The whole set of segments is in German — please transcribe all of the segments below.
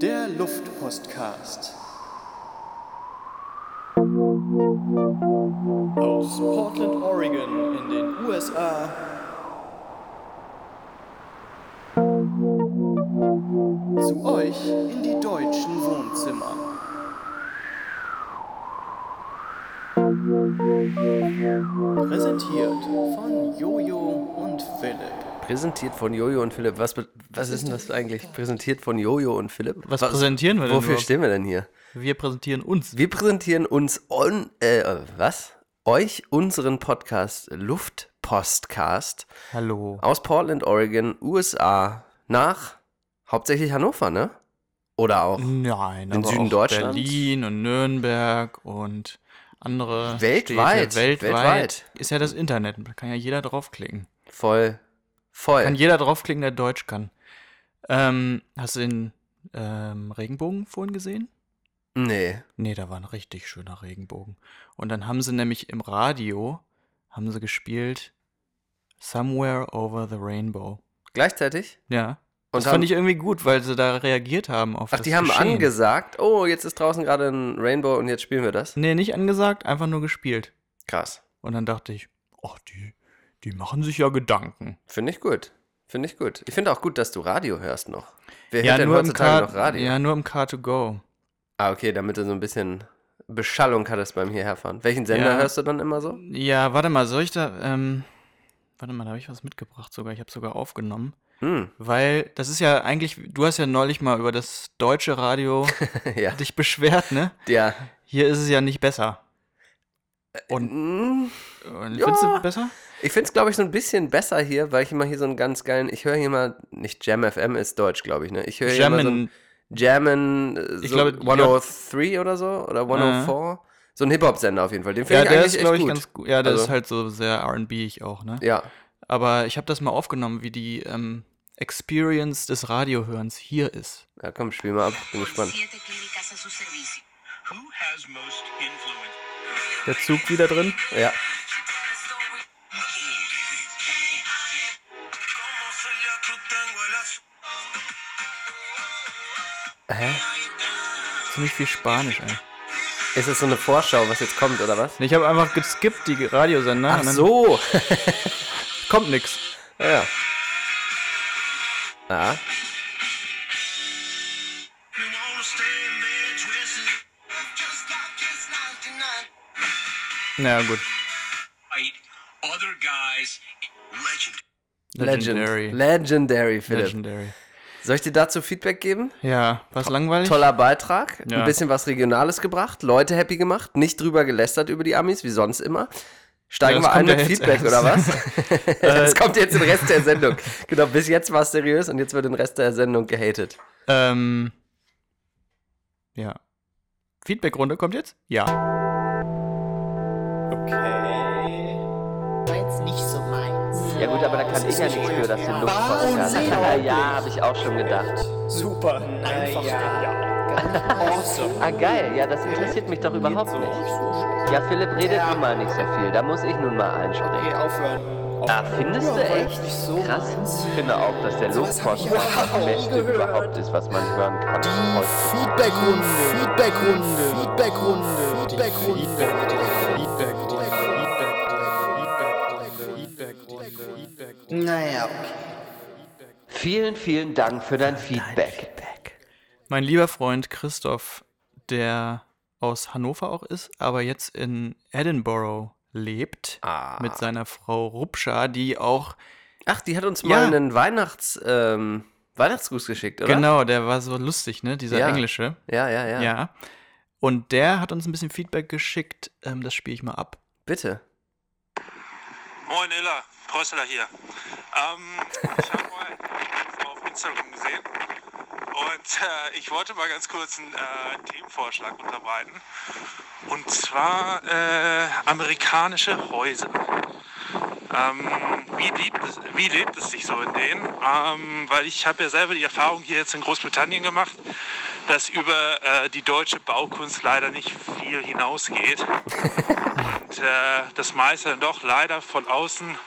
Der Luftpostcast. Aus Portland, Oregon in den USA. Zu euch in die deutschen Wohnzimmer. Präsentiert von Jojo und Philipp. Präsentiert von Jojo und Philipp. Was, be- was ist denn das eigentlich? Präsentiert von Jojo und Philipp? Was präsentieren wir denn Wofür überhaupt? stehen wir denn hier? Wir präsentieren uns. Wir präsentieren uns on, äh, was? Euch unseren Podcast Luftpostcast Hallo. aus Portland, Oregon, USA nach hauptsächlich Hannover, ne? Oder auch Nein, Den aber Süden auch Deutschlands? Berlin und Nürnberg und andere Weltweit, Städte. Weltweit. weltweit. Ist ja das Internet, da kann ja jeder draufklicken. voll, Kann voll. jeder draufklicken, der Deutsch kann. Ähm, hast du den ähm, Regenbogen vorhin gesehen? Nee. Nee, da war ein richtig schöner Regenbogen. Und dann haben sie nämlich im Radio, haben sie gespielt Somewhere Over the Rainbow. Gleichzeitig? Ja. Und das haben- fand ich irgendwie gut, weil sie da reagiert haben auf Ach, das die haben Geschehen. angesagt, oh, jetzt ist draußen gerade ein Rainbow und jetzt spielen wir das. Nee, nicht angesagt, einfach nur gespielt. Krass. Und dann dachte ich, ach, die, die machen sich ja Gedanken. Finde ich gut. Finde ich gut. Ich finde auch gut, dass du Radio hörst noch. Wer ja, hört denn nur im heutzutage Car, noch Radio? ja, nur im Car2Go. Ah, okay, damit du so ein bisschen Beschallung hattest beim Hierherfahren. Welchen Sender Ja. hörst du dann immer so? Ja, warte mal, soll ich da, ähm, warte mal, da habe ich was mitgebracht sogar. Ich habe sogar aufgenommen. Hm, Weil das ist ja eigentlich, du hast ja neulich mal über das deutsche Radio ja. dich beschwert, ne? Ja. Hier ist es ja nicht besser. Und Hm, äh, findest du besser? Ich finde es, glaube ich, so ein bisschen besser hier, weil ich immer hier so einen ganz geilen. Ich höre hier mal, nicht Jam FM ist Deutsch, glaube ich, ne? Ich höre hier immer so ein Jammin, Jammin, äh, so Ich glaube, J- 103 oder so, oder 104. So ein Hip-Hop-Sender auf jeden Fall. Den finde ja, ich der eigentlich ist, echt glaube ich, gut. ganz gut. Ja, der Also- ist halt so sehr R&B auch, ne? ja, Aber ich habe das mal aufgenommen, wie die ähm, Experience des Radiohörens hier ist. ja, komm, spiel mal ab, bin gespannt. siete clínicas a su servicio. Who has most influence? Der Zug wieder drin. Ja, Ziemlich viel Spanisch, ey. ist das so eine Vorschau, was jetzt kommt, oder was? Nee, Ich habe einfach geskippt, die Radiosender. Ach und dann so! Kommt nix. ja. Ah, You wanna stay in bed twisted? Naja, gut. Fight other guys. Legend. Legendary. Legendary, Philipp. Legendary. Soll ich dir dazu Feedback geben? Ja, was langweilig? Toller Beitrag, Ja. ein bisschen was Regionales gebracht, Leute happy gemacht, nicht drüber gelästert über die Amis, wie sonst immer. Steigen Ja, das wir ein mit kommt ja jetzt Äh, Feedback, erst. oder was? das kommt jetzt den Rest der Sendung. Genau, bis jetzt war es seriös und jetzt wird den Rest der Sendung gehatet. Ähm. Ja. Feedbackrunde kommt jetzt? Ja. jetzt nicht so meins. Ja gut, aber da kann ich ja nicht für, dass den Luftpostcast. Ja, habe ich auch schon gedacht. Super, einfach genial. Ah geil, ja, das interessiert mich doch überhaupt nicht. Ja, Philipp redet nun mal nicht so viel, da muss ich nun mal einspringen. Okay, aufhören. Ah, findest du Ja, war echt? nicht so Krass. Ich finde auch, dass der Luftpostcast das Beste überhaupt ist, was man hören kann. Feedbackrunde, Feedbackrunde, Feedbackrunde, Feedbackrunde. Naja, okay. Vielen, vielen Dank für dein Feedback. Mein lieber Freund Christoph, der aus Hannover auch ist, aber jetzt in Edinburgh lebt. Ah. Mit seiner Frau Rupscha, die auch Ach, die hat uns Ja. mal einen Weihnachts, ähm, Weihnachtsgruß geschickt, oder? Genau, der war so lustig, ne? Dieser Ja. englische. Ja, ja, ja. Ja. Und der hat uns ein bisschen Feedback geschickt. Ähm, das spiele ich mal ab. Bitte. Moin Illa, Prössler hier. Ähm, ich habe mal auf Instagram gesehen und äh, ich wollte mal ganz kurz einen äh, Themenvorschlag unterbreiten. Und zwar äh, amerikanische Häuser. Ähm, wie, lebt es, wie lebt es sich so in denen? Ähm, weil ich habe ja selber die Erfahrung hier jetzt in Großbritannien gemacht, dass über äh, die deutsche Baukunst leider nicht viel hinausgeht und äh, das meiste dann doch leider von außen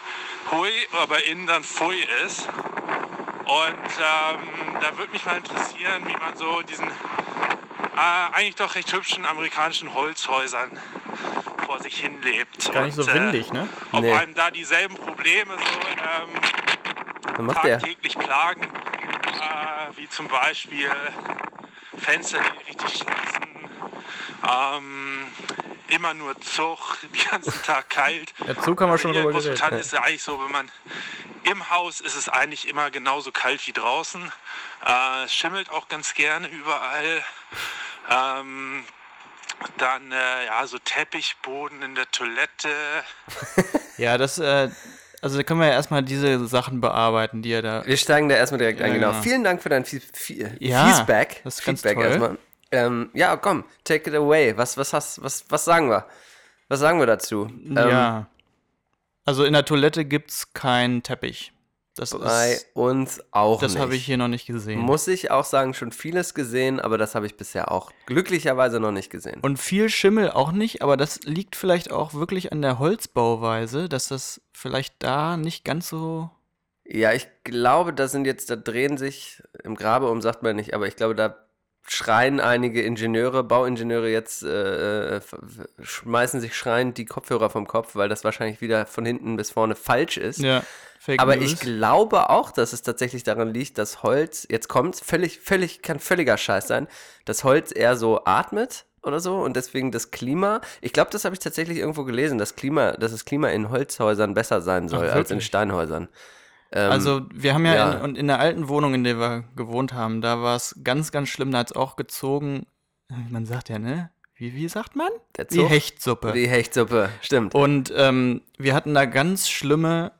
hui, aber innen dann pfui ist. Und ähm, da würde mich mal interessieren, wie man so diesen äh, eigentlich doch recht hübschen amerikanischen Holzhäusern vor sich hin lebt. Gar nicht so Und, äh, windig, ne? Ob Nee. einem da dieselben Probleme so ähm, Was macht der? tagtäglich plagen, äh, wie zum Beispiel Fenster, die richtig schließen, ähm, immer nur Zug, den ganzen Tag kalt. Also Ja, Zug haben wir schon Hier in drüber geredet. ne? Großbritannien ist ja eigentlich so, wenn man im Haus ist es eigentlich immer genauso kalt wie draußen. Äh, es schimmelt auch ganz gerne überall. Ähm, dann äh, ja so Teppichboden in der Toilette. Ja, das, äh, also da können wir ja erstmal diese Sachen bearbeiten, die er da. Wir steigen da erstmal direkt ein, Ja, genau. genau. Vielen Dank für dein Fie Fie Ja, Feedback. das ist ganz Feedback toll. erstmal. Ähm, ja, komm, take it away. Was, was, hast, was, was sagen wir? Was sagen wir dazu? Ähm, ja. Also in der Toilette gibt's keinen Teppich. Das Bei ist. uns auch Das nicht. habe ich hier noch nicht gesehen. Muss ich auch sagen, schon vieles gesehen, aber das habe ich bisher auch glücklicherweise noch nicht gesehen. Und viel Schimmel auch nicht, aber das liegt vielleicht auch wirklich an der Holzbauweise, dass das vielleicht da nicht ganz so. Ja, ich glaube, da sind jetzt, da drehen sich im Grabe um, sagt man nicht, aber ich glaube, da schreien einige Ingenieure, Bauingenieure jetzt, äh, äh, f- f- schmeißen sich schreiend die Kopfhörer vom Kopf, weil das wahrscheinlich wieder von hinten bis vorne falsch ist. Ja, Fake aber News. ich glaube auch, dass es tatsächlich daran liegt, dass Holz, jetzt kommt, völlig, völlig, kann völliger Scheiß sein, dass Holz eher so atmet oder so und deswegen das Klima, ich glaube, das habe ich tatsächlich irgendwo gelesen, dass Klima, dass das Klima in Holzhäusern besser sein soll als in wirklich? Steinhäusern. Ähm, Also wir haben ja, ja. In, und in der alten Wohnung, in der wir gewohnt haben, da war es ganz, ganz schlimm. Da hat es auch gezogen, man sagt ja, ne? Wie, wie sagt man? Der Die Zug? Hechtsuppe. Die Hechtsuppe, stimmt. Und ähm, wir hatten da ganz schlimme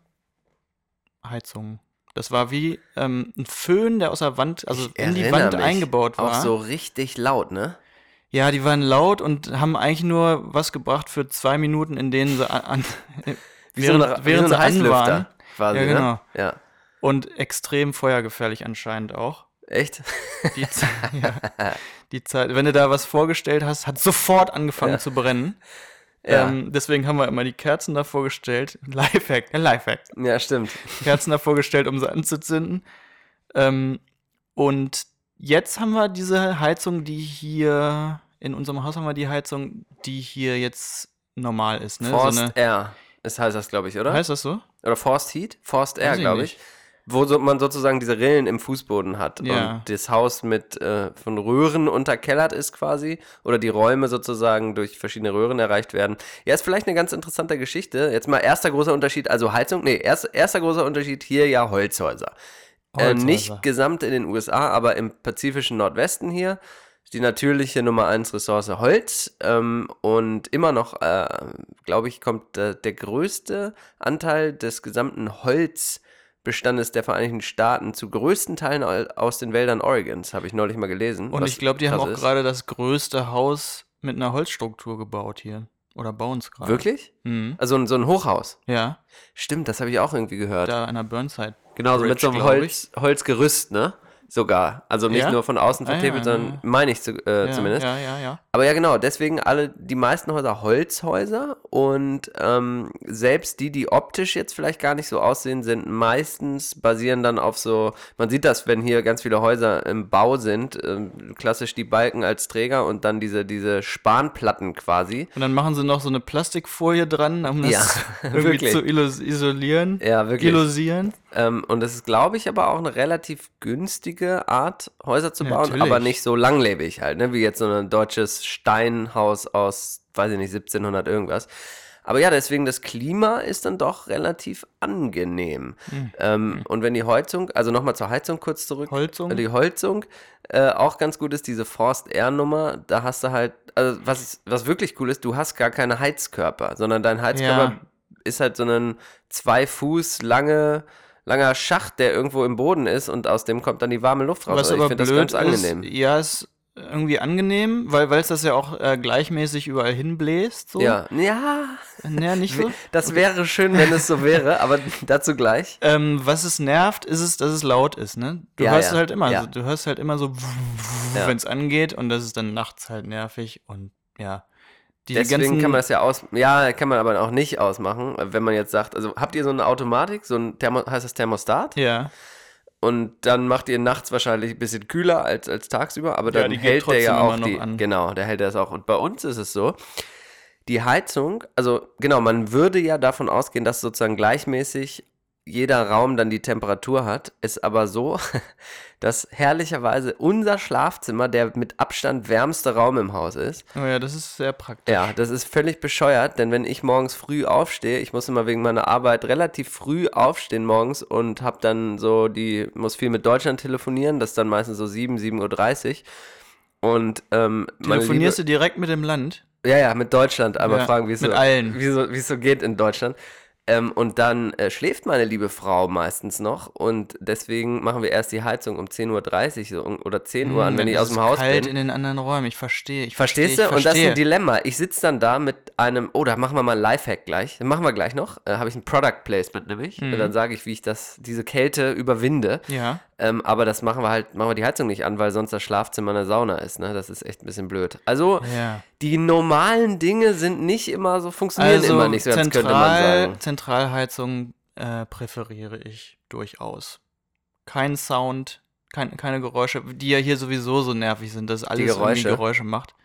Heizungen. Das war wie ähm, ein Föhn, der aus der Wand, also Ich in die erinnere Wand mich. eingebaut war. Auch so richtig laut, ne? Ja, die waren laut und haben eigentlich nur was gebracht für zwei Minuten, in denen sie an, an Wie während, so ein, während wie so ein sie an Heißlüfter waren. quasi, Ja, genau. ne? Ja. Und extrem feuergefährlich anscheinend auch. Echt? Die, Ze- ja, die Zeit, wenn du da was vorgestellt hast, hat sofort angefangen zu brennen. Ja. Ähm, deswegen haben wir immer die Kerzen davor gestellt. Lifehack, ja, Lifehack. ja, stimmt. Kerzen davor gestellt, um sie anzuzünden. Ähm, und jetzt haben wir diese Heizung, die hier, in unserem Haus haben wir die Heizung, die hier jetzt normal ist. Ne? Forced so eine, Air. Das heißt das, glaube ich, oder? heißt das so? oder Forced Heat? Forced Air, Weiß ich glaube ich. nicht. Wo so, man sozusagen diese Rillen im Fußboden hat Ja. und das Haus mit äh, von Röhren unterkellert ist quasi oder die Räume sozusagen durch verschiedene Röhren erreicht werden. Ja, ist vielleicht eine ganz interessante Geschichte. Jetzt mal erster großer Unterschied, also Heizung, nee, erst, erster großer Unterschied hier ja Holzhäuser. Äh, Holzhäuser. nicht gesamt in den USA, aber im pazifischen Nordwesten hier ist die natürliche Nummer 1 Ressource Holz. Ähm, und immer noch, äh, glaube ich, kommt äh, der größte Anteil des gesamten Holzbestandes der Vereinigten Staaten zu größten Teilen au- aus den Wäldern Oregons, habe ich neulich mal gelesen. Und was ich glaube, die haben krass auch ist. gerade das größte Haus mit einer Holzstruktur gebaut hier. Oder bauen es gerade. Wirklich? Mhm. Also ein- so ein Hochhaus. Ja, Stimmt, das habe ich auch irgendwie gehört. da an der Burnside. Genau, so Bridge, mit so einem glaub ich. Holz, Holzgerüst, ne? Sogar. Also nicht Ja? nur von außen Ah, ja, vertebelt, ja, sondern ja. meine ich zu, äh, Ja, zumindest. Ja, ja, ja. Aber ja, genau, deswegen alle, die meisten Häuser Holzhäuser und ähm, selbst die, die optisch jetzt vielleicht gar nicht so aussehen, sind meistens basieren dann auf so, man sieht das, wenn hier ganz viele Häuser im Bau sind, ähm, klassisch die Balken als Träger und dann diese, diese Spanplatten quasi. Und dann machen sie noch so eine Plastikfolie dran, um das Ja, irgendwie wirklich. zu illos- isolieren. Ja, wirklich. Illusieren. Ähm, und das ist, glaube ich, aber auch eine relativ günstige Art, Häuser zu bauen, Natürlich. aber nicht so langlebig halt, ne? wie jetzt so ein deutsches Steinhaus aus, weiß ich nicht, 1700 irgendwas. Aber ja, deswegen das Klima ist dann doch relativ angenehm. Ähm, und wenn die Heizung, also nochmal zur Heizung kurz zurück. Holzung? Die Holzung äh, auch ganz gut ist, diese Forst Air Nummer, da hast du halt, also was, was wirklich cool ist, du hast gar keine Heizkörper, sondern dein Heizkörper Ja. ist halt so ein zwei Fuß lange, langer Schacht, der irgendwo im Boden ist und aus dem kommt dann die warme Luft raus. Was Also ich aber finde blöd das ganz ist, angenehm. ja, ist irgendwie angenehm, weil weil es das ja auch äh, gleichmäßig überall hinbläst. So. Ja, ja, Naja, nicht so. das wäre schön, wenn es so wäre, aber dazu gleich. Ähm, was es nervt, ist es, dass es laut ist, ne? Du Ja, hörst ja, es halt immer. ja. Also, du hörst halt immer so, Ja. wenn es angeht und das ist dann nachts halt nervig und ja. Die Deswegen ganzen, kann man das ja aus, ja, kann man aber auch nicht ausmachen, wenn man jetzt sagt, also habt ihr so eine Automatik, so ein Thermo, heißt das Thermostat? Ja. Und dann macht ihr nachts wahrscheinlich ein bisschen kühler als, als tagsüber, aber Ja, dann die geht hält der trotzdem ja immer auch noch die. an. Genau, der hält das auch. Und bei uns ist es so, die Heizung, also genau, man würde ja davon ausgehen, dass sozusagen gleichmäßig jeder Raum dann die Temperatur hat, ist aber so, dass herrlicherweise unser Schlafzimmer der mit Abstand wärmste Raum im Haus ist. Oh ja, das ist sehr praktisch. Ja, das ist völlig bescheuert, denn wenn ich morgens früh aufstehe, ich muss immer wegen meiner Arbeit relativ früh aufstehen morgens und hab dann so die, muss viel mit Deutschland telefonieren, das ist dann meistens so 7, 7.30 Uhr. Und ähm, meine Telefonierst du direkt mit dem Land? ja, ja, mit Deutschland. Einmal Ja, fragen, wie es mit so, allen. wie so, wie es so geht in Deutschland. Ähm, und dann äh, schläft meine liebe Frau meistens noch und deswegen machen wir erst die Heizung um 10.30 Uhr so, un- oder 10 Uhr an, Hm, wenn dann ich ist aus dem es Haus kalt bin. in den anderen Räumen. Ich verstehe. Ich Verstehst verstehe, du? ich Und das ist verstehe. ein Dilemma. Ich sitze dann da mit einem, oh, da machen wir mal einen Lifehack gleich. Den machen wir gleich noch. Äh, Habe ich ein Product Placement nämlich. Mhm. Und dann sage ich, wie ich das, diese Kälte überwinde. Ja. Ähm, aber das machen wir halt, machen wir die Heizung nicht an, weil sonst das Schlafzimmer eine Sauna ist. Ne? Das ist echt ein bisschen blöd. Also, Ja. die normalen Dinge sind nicht immer so, funktionieren also immer nicht so, als könnte man Zentral, sagen. Zentralheizung äh, präferiere ich durchaus. Kein Sound, kein, keine Geräusche, die ja hier sowieso so nervig sind, dass alles Geräusche? Ah, irgendwie Geräusche macht.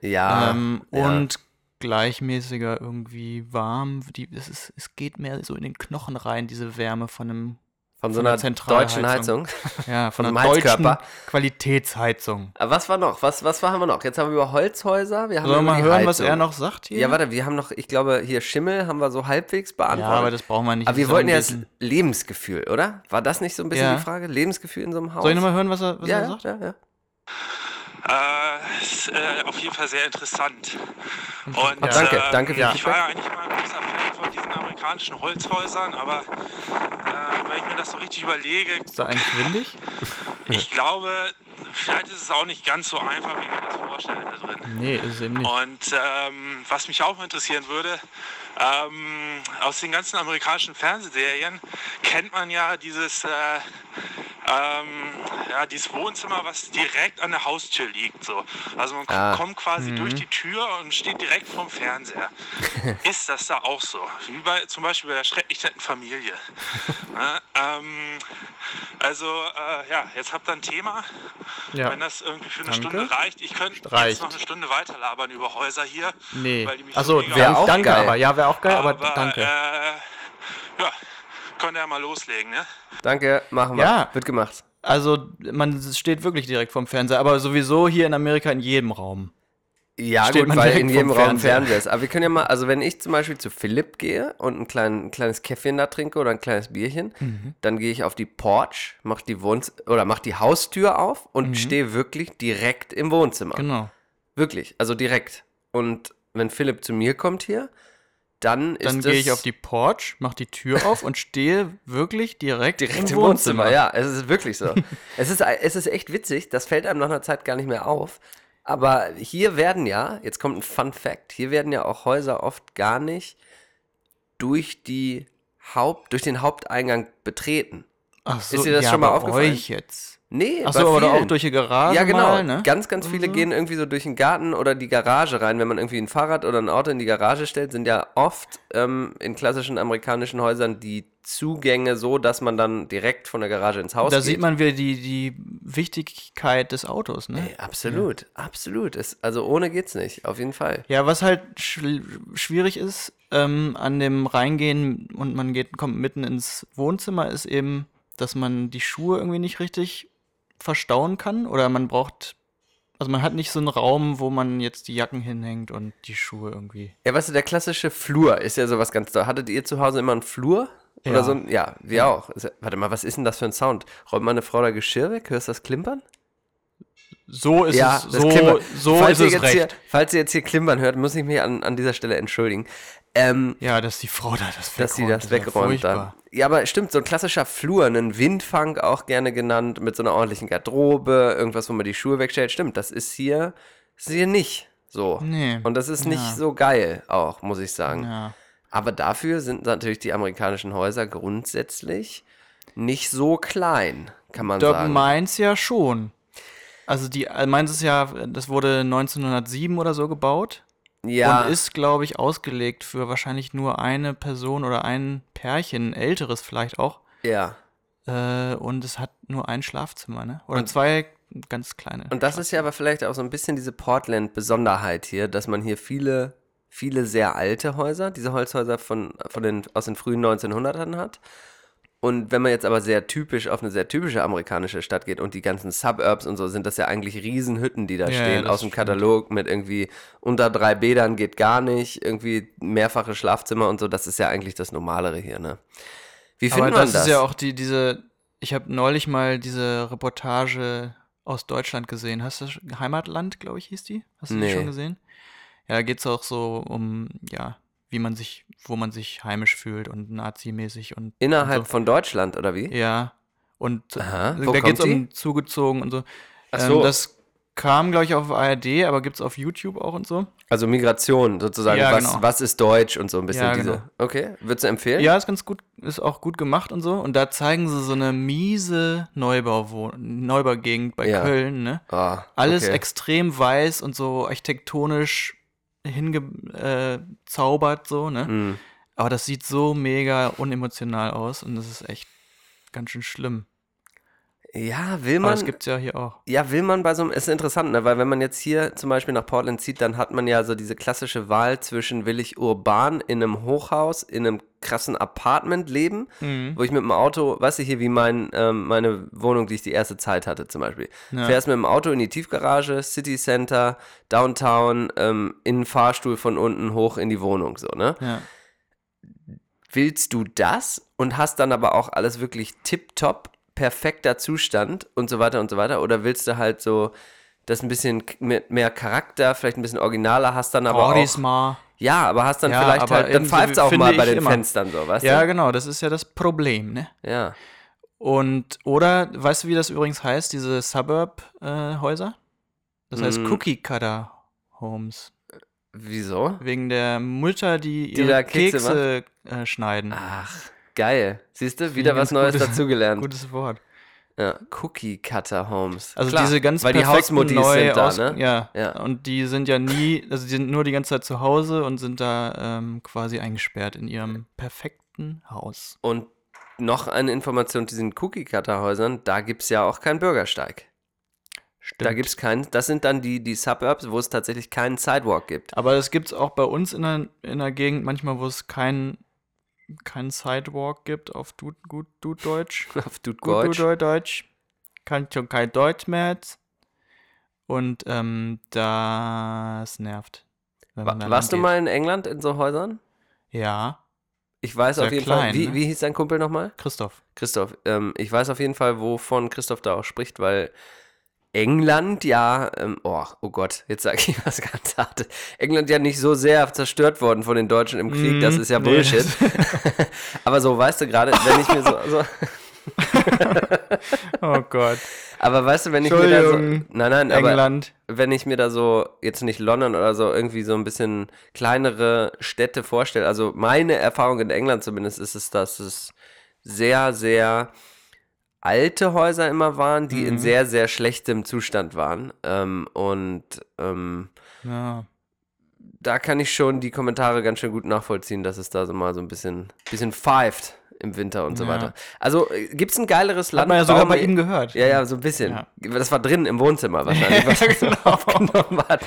Ja, ähm, ja. Und gleichmäßiger irgendwie warm. Die, es, ist, es geht mehr so in den Knochen rein, diese Wärme von einem, von so von der einer deutschen Zentralheizung. Heizung. ja, von Von einer einem deutschen Heizkörper. Qualitätsheizung. Aber was war noch? Was, was haben wir noch? Jetzt haben wir über Holzhäuser, wir haben Sollen über wir mal die hören, Heizung. was er noch sagt hier? Ja, warte, wir haben noch, ich glaube, hier Schimmel haben wir so halbwegs Ja, beantwortet. aber das brauchen wir nicht. Aber wir Das ist wollten ein jetzt bisschen- Lebensgefühl, oder? War das nicht so ein bisschen Ja. die Frage? Lebensgefühl in so einem Haus? Soll ich nochmal hören, was er, was ja, er ja, sagt? ja, ja. Äh, ist äh, auf jeden Fall sehr interessant. Und, Ah, danke, äh, danke für ja. das Ich Feedback. war ja eigentlich mal ein großer Fan von diesen amerikanischen Holzhäusern, aber äh, wenn ich mir das so richtig überlege, Ist da eigentlich windig? ich glaube, vielleicht ist es auch nicht ganz so einfach, wie man das vorstellt da drin. Nee, ist es eben nicht. Und ähm, was mich auch interessieren würde, ähm, aus den ganzen amerikanischen Fernsehserien kennt man ja dieses, äh, ähm, ja, dieses Wohnzimmer, was direkt an der Haustür liegt. So. Also man Ah. kommt mhm. quasi durch die Tür und steht direkt vorm Fernseher. Ist das da auch so? Wie bei zum Beispiel bei der schrecklich netten Familie. ja, ähm, also äh, ja, jetzt habt ihr ein Thema. Ja. Wenn das irgendwie für eine Danke. Stunde reicht, ich könnte Reicht. jetzt noch eine Stunde weiter labern über Häuser hier. Nee. weil die mich Achso, mega wär wäre auf- auch auch danke, geil. aber ja, wäre auch geil, aber, Aber, danke. Äh, ja, könnt ihr ja mal loslegen, ne? Danke, machen wir. Ja. Wird gemacht. also man steht wirklich direkt vorm Fernseher, aber sowieso hier in Amerika in jedem Raum. Ja, Steht gut, man weil direkt in jedem vorm Raum Fernseher. Fernseher ist. Aber wir können ja mal, also wenn ich zum Beispiel zu Philipp gehe und ein, klein, ein kleines Käffchen da trinke oder ein kleines Bierchen, Mhm. dann gehe ich auf die Porch, mach die Wohnz oder mach die Haustür auf und stehe wirklich direkt im Wohnzimmer. Mhm. Genau. Wirklich, also direkt. Und wenn Philipp zu mir kommt hier, dann ist Dann es gehe ich auf die Porch, mache die Tür auf und stehe wirklich direkt, direkt im Wohnzimmer. Ja, es ist wirklich so. es, ist, es ist echt witzig, das fällt einem nach einer Zeit gar nicht mehr auf. Aber hier werden ja, jetzt kommt ein Fun Fact, hier werden ja auch Häuser oft gar nicht durch die Haupt, durch den Haupteingang betreten. Ach so, Ist dir das ja, schon mal bei aufgefallen? Euch jetzt. Nee, Ach bei so, oder auch vielen. durch die Garage Ja, genau. mal, ne? Ganz, ganz viele gehen irgendwie so durch den Garten oder die Garage rein. Wenn man irgendwie ein Fahrrad oder ein Auto in die Garage stellt, sind ja oft ähm, in klassischen amerikanischen Häusern die Zugänge so, dass man dann direkt von der Garage ins Haus da geht. sieht man wieder die, die Wichtigkeit des Autos, ne? Ey, absolut, absolut. Es, also ohne geht's nicht, auf jeden Fall. Ja, was halt schl- schwierig ist, ähm, an dem Reingehen und man geht, kommt mitten ins Wohnzimmer, ist eben, dass man die Schuhe irgendwie nicht richtig verstauen kann oder man braucht, also man hat nicht so einen Raum, wo man jetzt die Jacken hinhängt und die Schuhe irgendwie. Ja, weißt du, der klassische Flur ist ja sowas ganz toll. Hattet ihr zu Hause immer einen Flur? Ja. Ja. Oder so ein, ja, wir auch. Ist ja- Warte mal, was ist denn das für ein Sound? Räumt meine Frau da Geschirr weg? Hörst du das klimpern? So ist ja, es, das so, Klimpern. so falls ist ihr es jetzt Hier, recht. falls ihr jetzt hier klimpern hört, muss ich mich an, an dieser Stelle entschuldigen. Ähm, Ja, dass die Frau da das wegräumt. dass sie das ist ja wegräumt dann. furchtbar. Ja, aber stimmt, so ein klassischer Flur, einen Windfang auch gerne genannt, mit so einer ordentlichen Garderobe, irgendwas, wo man die Schuhe wegstellt. Stimmt, das ist hier, das ist hier nicht so. Nee. Und das ist nicht Ja. so geil auch, muss ich sagen. Ja. Aber dafür sind natürlich die amerikanischen Häuser grundsätzlich nicht so klein, kann man Dirk sagen. Mainz ja schon. Also die äh, Mainz ist ja, das wurde 1907 oder so gebaut. ja, Und ist, glaube ich, ausgelegt für wahrscheinlich nur eine Person oder ein Pärchen, älteres vielleicht auch. ja. Äh, und es hat nur ein Schlafzimmer, ne? Oder zwei ganz kleine. Und das ist ja aber vielleicht auch so ein bisschen diese Portland-Besonderheit hier, dass man hier viele, viele sehr alte Häuser, diese Holzhäuser von, von den, aus den frühen 1900ern hat. Und wenn man jetzt aber sehr typisch auf eine sehr typische amerikanische Stadt geht und die ganzen Suburbs und so, sind das ja eigentlich Riesenhütten, die da Ja, ja, stehen, das aus dem stimmt. Katalog mit irgendwie unter drei Bädern geht gar nicht, irgendwie mehrfache Schlafzimmer und so, das ist ja eigentlich das Normalere hier, ne? Wie findet Aber man das, das? ist ja auch die, diese, ich habe neulich mal diese Reportage aus Deutschland gesehen. Hast du das schon- Heimatland, glaube ich, hieß die? Hast du die Nee. schon gesehen? Ja, da geht es auch so um, ja, wie man sich, wo man sich heimisch fühlt und nazimäßig und. Innerhalb und von Deutschland, oder wie? So. Also Ja. Und Aha, äh, wo da geht es kommt die? um zugezogen und so. Ähm, Ach so. das kam, glaube ich, auf ARD, aber gibt es auf YouTube auch und so. Also Migration sozusagen, Ja, was, genau. was ist Deutsch und so ein bisschen Ja, diese. genau. Okay, würdest du empfehlen? Ja, ist ganz gut, ist auch gut gemacht und so. Und da zeigen sie so eine miese Neubauwo- Neubaugegend bei Ja. Köln, ne? Ah, Alles okay. extrem weiß und so architektonisch hingezaubert, so, ne? Hm. Aber das sieht so mega unemotional aus und das ist echt ganz schön schlimm. Ja, will Aber man. das gibt's ja hier auch. Ja, will man bei so einem, ist interessant, ne? weil wenn man jetzt hier zum Beispiel nach Portland zieht, dann hat man ja so diese klassische Wahl zwischen, will ich urban in einem Hochhaus, in einem krassen Apartment leben, Mhm. wo ich mit dem Auto, weißt du hier, wie mein, ähm, meine Wohnung, die ich die erste Zeit hatte zum Beispiel, Ja. fährst mit dem Auto in die Tiefgarage, City Center, Downtown, ähm, in den Fahrstuhl von unten hoch in die Wohnung, so, ne? Ja. willst du das und hast dann aber auch alles wirklich tipptopp, perfekter Zustand und so weiter und so weiter? Oder willst du halt so das ein bisschen k- mit mehr Charakter, vielleicht ein bisschen originaler, hast dann aber Bodies auch. mal. Ja, aber hast dann Ja, vielleicht aber halt, dann irgendwie pfeift auch finde mal bei ich den immer. Fenstern so, weißt Ja, du? genau, das ist ja das Problem, ne? Ja. Und, oder, weißt du, wie das übrigens heißt, diese Suburb-Häuser? das heißt Mm. Cookie Cutter Homes. Wieso? Wegen der Mütter, die Die ihre da Kekse Kekse äh, schneiden. Ach, geil. Siehst du, wieder ein was ganz Neues gutes- dazugelernt. Gutes Wort. Ja. Cookie Cutter Homes. Also Klar, diese ganz Weil die perfekten Hausmuttis neu sind da, aus- ne? Ja. Ja. Und die sind ja nie, also die sind nur die ganze Zeit zu Hause und sind da ähm, quasi eingesperrt in ihrem perfekten Haus. Und noch eine Information zu diesen Cookie-Cutter-Häusern, da gibt es ja auch keinen Bürgersteig. Da gibt es keinen, das sind dann die, die Suburbs, wo es tatsächlich keinen Sidewalk gibt. Aber das gibt's auch bei uns in der, in der Gegend manchmal, wo es keinen kein Sidewalk gibt auf Dud, gut Duddeutsch. Auf Dude Gut Deutsch. Duddeutsch. Kann schon kein Deutsch mehr jetzt. Und ähm, das nervt. wenn Wa- man da Warst du langgeht. mal in England in so Häusern? Ja, Ich weiß Sehr auf jeden Fall, klein, wie, ne? wie hieß dein Kumpel nochmal? Christoph. Christoph. Ähm, ich weiß auf jeden Fall, wovon Christoph da auch spricht, weil England ja, ähm, oh, oh Gott, jetzt sage ich was ganz Hartes. England ja nicht so sehr zerstört worden von den Deutschen im Krieg, das Mm, ist ja nee, Bullshit. Aber so, weißt du, gerade, wenn ich mir so, so Oh Gott. aber weißt du, wenn ich mir da so, nein, Entschuldigung, nein, aber England. wenn ich mir da so, jetzt nicht London oder so, irgendwie so ein bisschen kleinere Städte vorstelle, also meine Erfahrung in England zumindest ist es, dass es sehr, sehr alte Häuser immer waren, die in sehr, sehr schlechtem Zustand waren. Ähm, und ähm, Ja. da kann ich schon die Kommentare ganz schön gut nachvollziehen, dass es da so mal so ein bisschen, bisschen pfeift im Winter und so Ja. weiter. Also äh, gibt's ein geileres Land? Hat man ja sogar Warum- bei ihm gehört. Ja, ja, so ein bisschen. Ja. Das war drin im Wohnzimmer wahrscheinlich. was er so Genau. aufgenommen hat.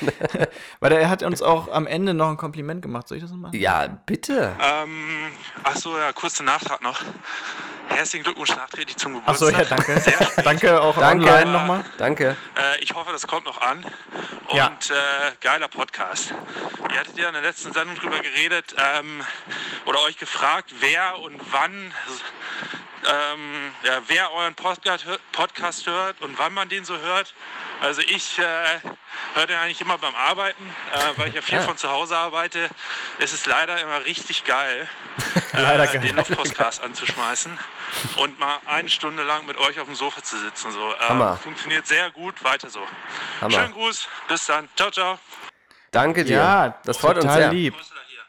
Weil er hat uns auch am Ende noch ein Kompliment gemacht. Soll ich das noch machen? Ja, bitte. Ähm, achso, ja, kurze Nachtrag noch. Herzlichen Glückwunsch nachträglich zum Achso, Geburtstag. ja, danke. Sehr spät. danke auch Danke. online nochmal. Danke. Äh, ich hoffe, das kommt noch an. Und Ja. äh, geiler Podcast. Ihr hattet ja in der letzten Sendung drüber geredet ähm, oder euch gefragt, wer und wann, ähm, ja, wer euren Podcast, hö- Podcast hört und wann man den so hört. Also ich äh, höre den eigentlich immer beim Arbeiten, äh, weil ich ja viel von zu Hause arbeite. Es ist leider immer richtig geil, Leider äh, geil. den Luftpostcast anzuschmeißen und mal eine Stunde lang mit euch auf dem Sofa zu sitzen. So. Ähm, Hammer. Funktioniert sehr gut, weiter so. Hammer. Schönen Gruß, bis dann. Ciao, ciao. Danke dir. Ja, das freut uns total sehr. lieb. Brüsseler hier.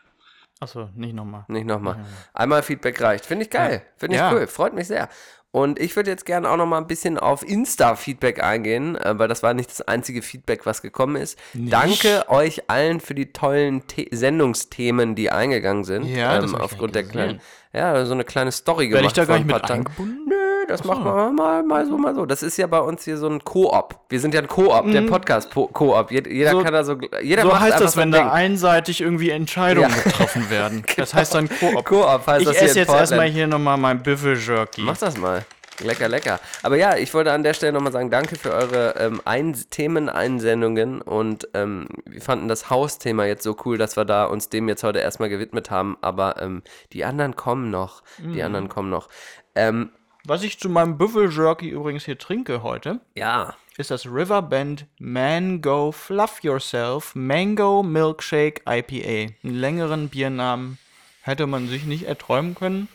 Achso, nicht nochmal. Nicht nochmal. Einmal Feedback reicht. Finde ich geil. Finde ich Mhm. Ja. cool. Freut mich sehr. Und ich würde jetzt gerne auch nochmal ein bisschen auf Insta-Feedback eingehen, äh, weil das war nicht das einzige Feedback, was gekommen ist. Danke euch allen für die tollen The Sendungsthemen, die eingegangen sind. ähm, Ja, das hab ich gar aufgrund nicht der kleinen. gesehen. Ja, so eine kleine Story Werde ich gemacht. da gar vor nicht ein mit paar Tagen. eingebunden? Nö, nö, das machen wir mal, mal so, mal so. Das ist ja bei uns hier so ein Koop. Wir sind ja ein Koop, der Podcast-Koop. Jed jeder Mhm. So- kann da so, jeder so macht heißt einfach das, sein wenn da Ding. einseitig irgendwie Entscheidungen Ja. getroffen werden. Das heißt dann Genau. Koop. Koop heißt ich das hier esse in jetzt erstmal Portland. hier nochmal mein Büffeljerky. Mach das mal. Lecker, lecker. Aber ja, ich wollte an der Stelle nochmal sagen, danke für eure ähm, Ein Themeneinsendungen und ähm, wir fanden das Hausthema jetzt so cool, dass wir da uns dem jetzt heute erstmal gewidmet haben, aber ähm, die anderen kommen noch. Die anderen kommen noch. Ähm, Was ich zu meinem Büffeljerky übrigens hier trinke heute, ja, ist das Riverbend Mango Fluff Yourself Mango Milkshake IPA. Einen längeren Biernamen hätte man sich nicht erträumen können.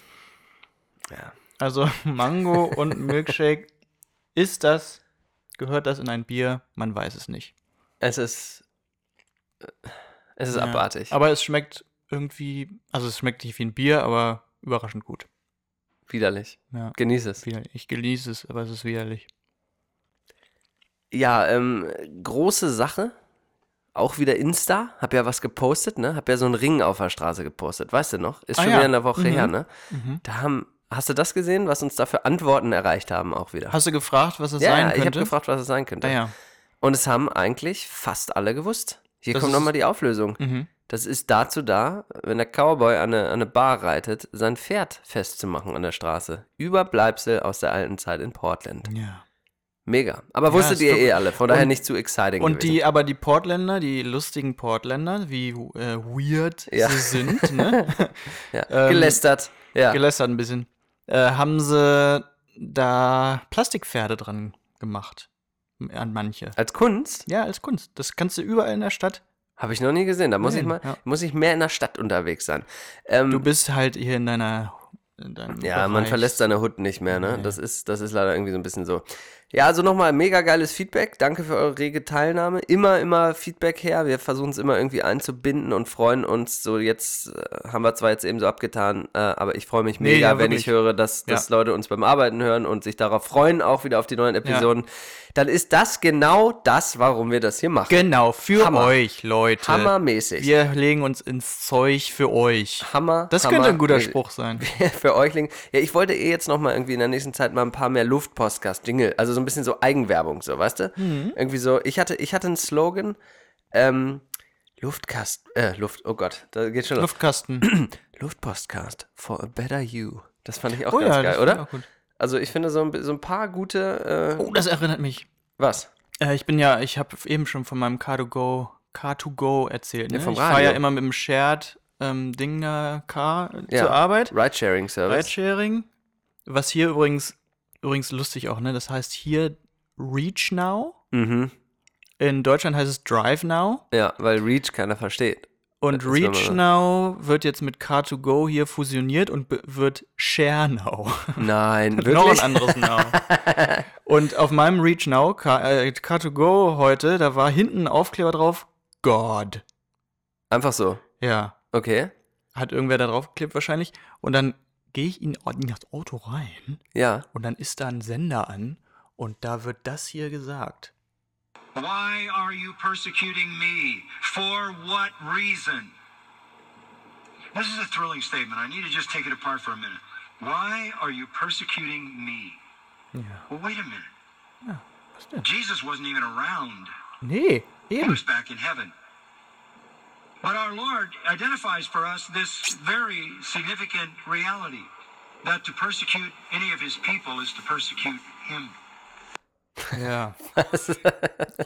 Ja. Also Mango und Milkshake, ist das, gehört das in ein Bier? Man weiß es nicht. es ist. äh, Es ist Ja. abartig. Aber es schmeckt irgendwie, also es schmeckt nicht wie ein Bier, aber überraschend gut. Widerlich. Ja. Genieß es. Widerlich. Ich genieße es, aber es ist widerlich. Ja, ähm, große Sache. Auch wieder Insta. Hab ja was gepostet, ne? Hab ja so einen Ring auf der Straße gepostet. Weißt du noch? Ist Ah schon ja. wieder eine Woche Mhm. her, ne? Da haben. Hast du das gesehen, was uns da für Antworten erreicht haben, auch wieder? Hast du gefragt, was es ja, sein ja, könnte? ich habe gefragt, was es sein könnte. Ah, ja. Und es haben eigentlich fast alle gewusst. Hier Das kommt ist- nochmal die Auflösung. Mhm. Das ist dazu da, wenn der Cowboy an eine, an eine Bar reitet, sein Pferd festzumachen an der Straße. Überbleibsel aus der alten Zeit in Portland. ja. Mega. Aber wusstet Mhm. ist ihr doch- eh alle, von daher und- nicht zu exciting Und gewesen. die, aber die Portländer, die lustigen Portländer, wie äh, weird Ja. sie sind, ne? ja. ähm, gelästert. Ja. gelästert ein bisschen, äh, haben sie da Plastikpferde dran gemacht. An manche. Als Kunst Ja, als Kunst. Das kannst du überall in der Stadt. habe ich noch nie gesehen. Da muss ich mal, Nein, ja. muss ich mehr in der Stadt unterwegs sein. Ähm, Du bist halt hier in deiner. In deinem Ja, man Bereich. verlässt seine Hut nicht mehr, ne? Nee. Das ist, das ist leider irgendwie so ein bisschen so. Ja, also nochmal mega geiles Feedback. Danke für eure rege Teilnahme. Immer, immer Feedback her. Wir versuchen es immer irgendwie einzubinden und freuen uns. So, jetzt äh, haben wir zwar jetzt eben so abgetan, äh, aber ich freue mich Nee, mega, ja, wenn ich wirklich. höre, dass, dass Ja. Leute uns beim Arbeiten hören und sich darauf freuen, auch wieder auf die neuen Episoden. Dann ist das genau das, warum wir das hier machen. Genau, für Hammer. euch, Leute. Hammermäßig. Äh, Wir legen uns ins Zeug für euch. Hammer. Das Hammer, könnte ein guter mäßig. Spruch sein. für euch legen. Ja, ich wollte eh jetzt nochmal irgendwie in der nächsten Zeit mal ein paar mehr Luftpostcast-Jingle, also so ein bisschen so Eigenwerbung, so, weißt du? Mhm. Irgendwie so, ich hatte, ich hatte einen Slogan, ähm, Luftkast, äh, Luft, oh Gott, da geht schon los. Luftkasten. Luftpostcast for a better you. Das fand ich auch Oh ganz ja, das geil, finde ich oder? auch gut. Also ich finde so ein, bi- so ein paar gute, äh, Oh, das erinnert mich. was? Äh, ich bin ja, ich habe eben schon von meinem Car2Go Car2Go erzählt. Ne? Ja, vom ich fahre ja Radio. immer mit dem Shared ähm, Ding da Car äh, Ja. zur Arbeit. Ridesharing-Service. Ridesharing. Was hier übrigens übrigens lustig auch, ne? Das heißt hier Reach Now. mhm. In Deutschland heißt es Drive Now. Ja, weil Reach keiner versteht. Und Das ist Reach immer- Now wird jetzt mit Car2Go hier fusioniert und be- wird Share Now. Nein, wirklich? Noch ein anderes Now. und auf meinem Reach Now, Car- äh, Car2Go heute, da war hinten ein Aufkleber drauf, God. Einfach so, Ja, okay. hat irgendwer da drauf geklebt wahrscheinlich. Und dann gehe ich in in das Auto rein Ja, und dann ist da ein Sender an und da wird das hier gesagt. Why are you persecuting me? For what reason? This is a thrilling statement. I need to just take it apart for a minute. Why are you persecuting me? Well, wait a minute. Jesus wasn't even around. Nee, He eben. was back in heaven. But our Lord identifies for us this very significant reality that to persecute any of his people is to persecute him. Ja,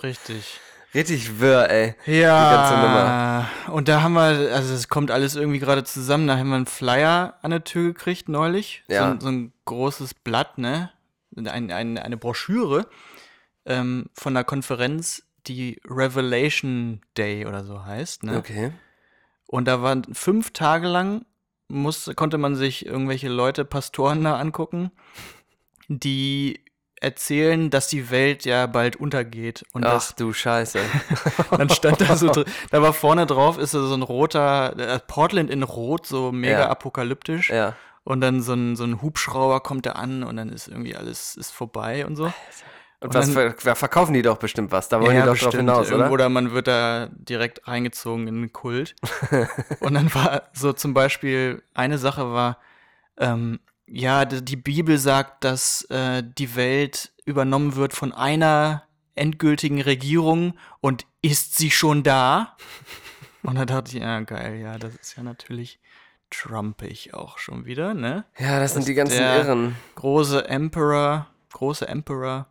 richtig. richtig wirr, ey. Ja. Die ganze Nummer. Und da haben wir, also es kommt alles irgendwie gerade zusammen. Da haben wir einen Flyer an der Tür gekriegt neulich. Ja. So, ein, so ein großes Blatt, ne? Ein, ein, eine Broschüre ähm, von einer Konferenz, die Revelation Day oder so heißt, ne? Okay. Und da waren fünf Tage lang, musste, konnte man sich irgendwelche Leute, Pastoren da angucken, die erzählen, dass die Welt ja bald untergeht und dass Ach du Scheiße. dann stand da so dr- da war vorne drauf ist so ein roter äh, Portland in Rot, so mega Ja. apokalyptisch. ja. Und dann so ein, so ein Hubschrauber kommt da an und dann ist irgendwie alles ist vorbei und so. Und Und was dann- ver ver- verkaufen die doch bestimmt was? Da wollen die doch drauf hinaus, oder? Irgendwo da, man wird da direkt reingezogen in den Kult. und dann war so zum Beispiel eine Sache war, ähm, ja, d- die Bibel sagt, dass äh, die Welt übernommen wird von einer endgültigen Regierung und ist sie schon da? Und da dachte ich, ja, geil, ja, das ist ja natürlich Trumpig auch schon wieder, ne? Ja, das sind die ganzen der- Irren. Große Emperor, große Emperor,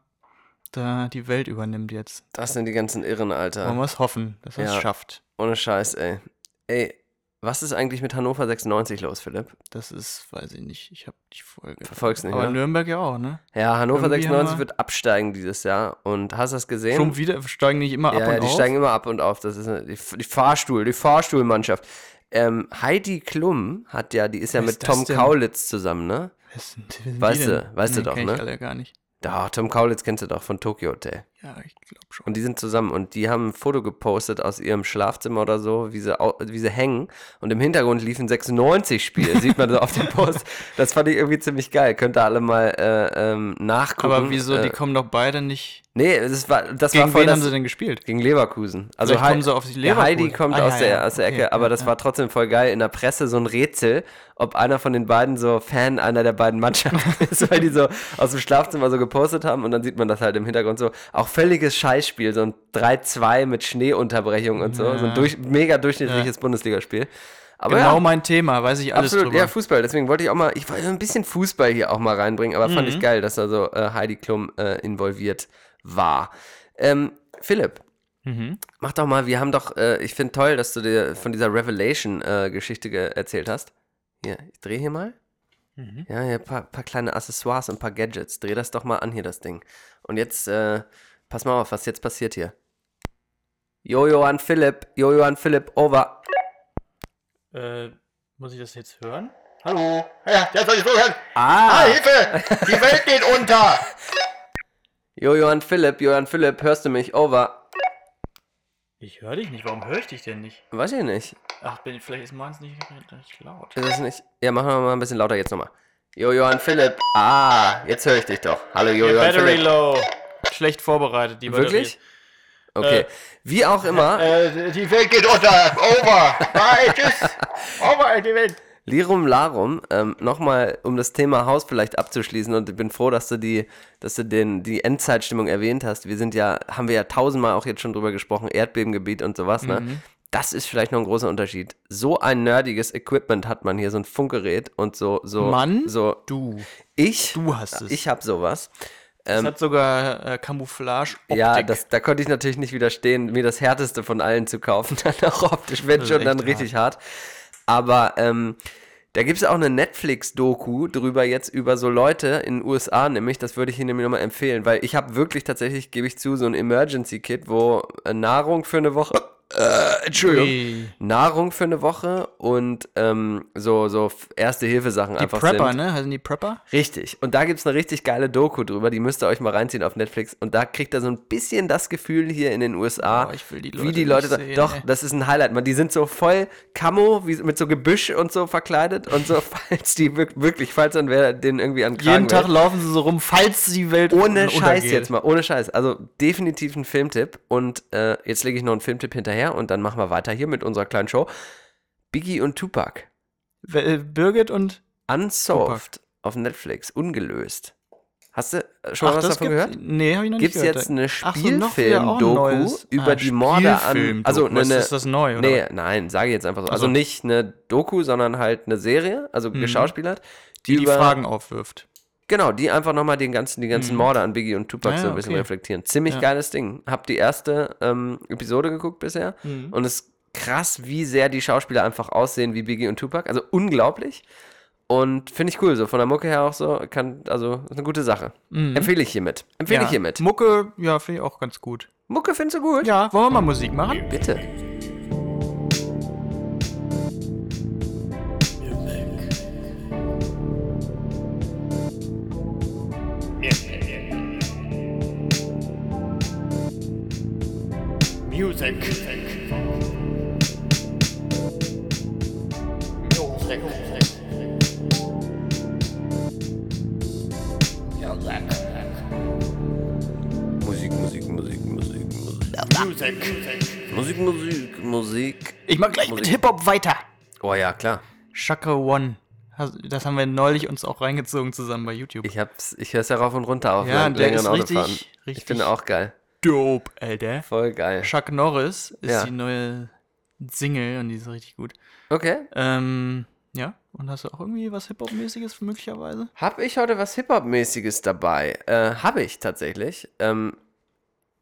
da die Welt übernimmt jetzt. Das sind die ganzen Irren, Wollen Alter. wir es hoffen, dass er es Ja. schafft. Ohne Scheiß, ey. Ey, was ist eigentlich mit Hannover 96 los, Philipp? Das ist, weiß ich nicht, ich habe die Folge. Verfolgst nicht, Aber ne? Nürnberg ja auch, ne? Ja, Hannover Irgendwie haben 96 wir- wird absteigen dieses Jahr. Und hast du das gesehen? Schon wieder steigen nicht immer ab ja, und ja, die auf. steigen immer ab und auf. Das ist eine, die, F- die Fahrstuhl, die Fahrstuhlmannschaft. Ähm, Heidi Klum hat ja, die ist ja Wer mit ist das Tom denn? Kaulitz zusammen, ne? Wer sind- wer sind die Weißt du- denn? weißt du doch, kenn ne? Ich alle gar nicht. Da, Tom Kaulitz kennst du doch von Tokyo Hotel. Ja, ich glaube schon. Und die sind zusammen und die haben ein Foto gepostet aus ihrem Schlafzimmer oder so, wie sie, au- wie sie hängen. Und im Hintergrund liefen 96 Spiele, sieht man so auf dem Post. Das fand ich irgendwie ziemlich geil. Könnt ihr alle mal äh, ähm, nachgucken. Aber wieso, äh, die kommen doch beide nicht. Nee, das war, das war Gegen voll wen das, haben sie denn gespielt? Gegen Leverkusen. Also Vielleicht Hei- kommen sie auf die ja, Heidi Leverkusen. kommt Ah, aus, ja, der, ja, aus der okay, Ecke, aber ja, das ja. war trotzdem voll geil in der Presse so ein Rätsel, ob einer von den beiden so Fan einer der beiden Mannschaften ist, weil die so aus dem Schlafzimmer so gepostet haben und dann sieht man das halt im Hintergrund so. Auch völliges Scheißspiel, so ein 3-2 mit Schneeunterbrechung und so, so ein durch, mega durchschnittliches Bundesligaspiel. Aber Genau ja, mein Thema, weiß ich alles absolut, drüber. ja, Fußball. Deswegen wollte ich auch mal, ich wollte ein bisschen Fußball hier auch mal reinbringen, aber fand ich Mhm. geil, dass da so äh, Heidi Klum äh, involviert war. Ähm, Philipp, mhm. Mach doch mal, wir haben doch, äh, ich finde toll, dass du dir von dieser Revelation-Geschichte ge erzählt hast. Hier, ich drehe hier mal. Mhm. Ja, hier ein paar, paar kleine Accessoires und ein paar Gadgets. Dreh das doch mal an hier, das Ding. Und jetzt, äh, pass mal auf, was jetzt passiert hier. Jojo an Philipp, Jojo an Philipp, over. Äh, muss ich das jetzt hören? Hallo. Ja, jetzt hab ich gehört. Ah, Ah! Hilfe! Die Welt geht unter! Jojo an Philipp, Jojo an Philipp, hörst du mich, over. Ich höre dich nicht, warum höre ich dich denn nicht? Weiß ich nicht. Ach, bin, vielleicht ist meins nicht recht laut. Ist das nicht? Ja, machen wir mal ein bisschen lauter jetzt nochmal. Jojo an Philipp, ah, jetzt höre ich dich doch. Hallo Jojo an Battery Philipp. low. Schlecht vorbereitet, die Batterie. Wirklich? Okay. Äh, Wie auch immer, Äh, die Welt geht unter! Over! Bye, tschüss! Over, die Welt! Lirum Larum, ähm, nochmal, um das Thema Haus vielleicht abzuschließen, und ich bin froh, dass du die, dass du den, die Endzeitstimmung erwähnt hast. Wir sind ja, haben wir ja tausendmal auch jetzt schon drüber gesprochen, Erdbebengebiet und sowas, ne? Mhm. Das ist vielleicht noch ein großer Unterschied. So ein nerdiges Equipment hat man hier, so ein Funkgerät und so, so. Mann? So, Du. ich. Du hast es. Ich hab sowas. Das hat sogar äh, Camouflage-Optik. Ähm, Ja, das, da konnte ich natürlich nicht widerstehen, mir das härteste von allen zu kaufen, dann auch optisch, wenn Das ist schon, dann echt richtig hart. Aber ähm, da gibt es auch eine Netflix-Doku drüber jetzt über so Leute in den USA, nämlich, das würde ich Ihnen nämlich nochmal empfehlen, weil ich habe wirklich tatsächlich, gebe ich zu, so ein Emergency-Kit, wo äh, Nahrung für eine Woche, äh, Entschuldigung, Ui. Nahrung für eine Woche und ähm, so, so Erste-Hilfe-Sachen Die einfach Prepper, sind. ne? Heißen die Prepper? Richtig. Und da gibt es eine richtig geile Doku drüber, die müsst ihr euch mal reinziehen auf Netflix. Und da kriegt ihr so ein bisschen das Gefühl hier in den USA, Boah, Oh, ich will die wie Leute die Leute nicht da. sehen, Doch, ey. das ist ein Highlight. Man, die sind so voll Camo, wie, mit so Gebüsch und so verkleidet. Und so, falls die wirk- wirklich, falls dann wer den irgendwie an den Kragen Jeden Tag will. laufen sie so rum, falls die Welt Ohne un- Scheiß untergeht. jetzt mal, ohne Scheiß. Also definitiv ein Filmtipp. Und äh, jetzt lege ich noch einen Filmtipp hinterher und dann machen wir weiter hier mit unserer kleinen Show. Biggie und Tupac. Wel- äh, Birgit und. Unsolved auf Netflix, ungelöst. Hast du äh, schon mal was das davon gibt's- gehört? Nee, hab ich noch Gibt es nicht gehört. jetzt eine Ach so, noch wieder auch ein Spielfilm-Doku neues. über Ah, die Morde an. Spielfilm-Doku. Also Was eine, ist das neu, oder? Nee, nein, sage ich jetzt einfach so. Also, Also. Mhm. nicht eine Doku, sondern halt eine Serie, also geschauspielert. die die über- Fragen aufwirft. Genau, die einfach nochmal den ganzen, die ganzen Morde an Biggie und Tupac Ah, so ein bisschen okay. reflektieren. Ziemlich Ja. geiles Ding. Hab die erste ähm, Episode geguckt bisher Mhm. und es ist krass, wie sehr die Schauspieler einfach aussehen wie Biggie und Tupac. Also unglaublich. Und finde ich cool, so von der Mucke her auch so, kann, also ist eine gute Sache. Empfehle ich hiermit. Empfehle Mhm. ja. ich hiermit. Mucke, ja, finde ich auch ganz gut. Mucke findest du gut? Ja, wollen wir mal Musik machen? Bitte. Music. Music. Musik, Musik, Musik, Musik, Musik. Music. Musik, Musik, Musik. Ich mach gleich mit Hip-Hop weiter. Oh ja, klar. Shaka One. Hast- Das haben wir neulich uns auch reingezogen zusammen bei YouTube. Ich, hab's, ich hör's ja rauf und runter auf Ja, beim der längeren ist richtig- Autofahren. Ich richtig- finde auch geil. dope, Alter. Voll geil. Chuck Norris ist Ja. die neue Single und die ist richtig gut. Okay. Ähm, ja, und hast du auch irgendwie was Hip-Hop-mäßiges möglicherweise? Hab ich heute was Hip-Hop-mäßiges dabei? Äh, habe ich tatsächlich. Ähm,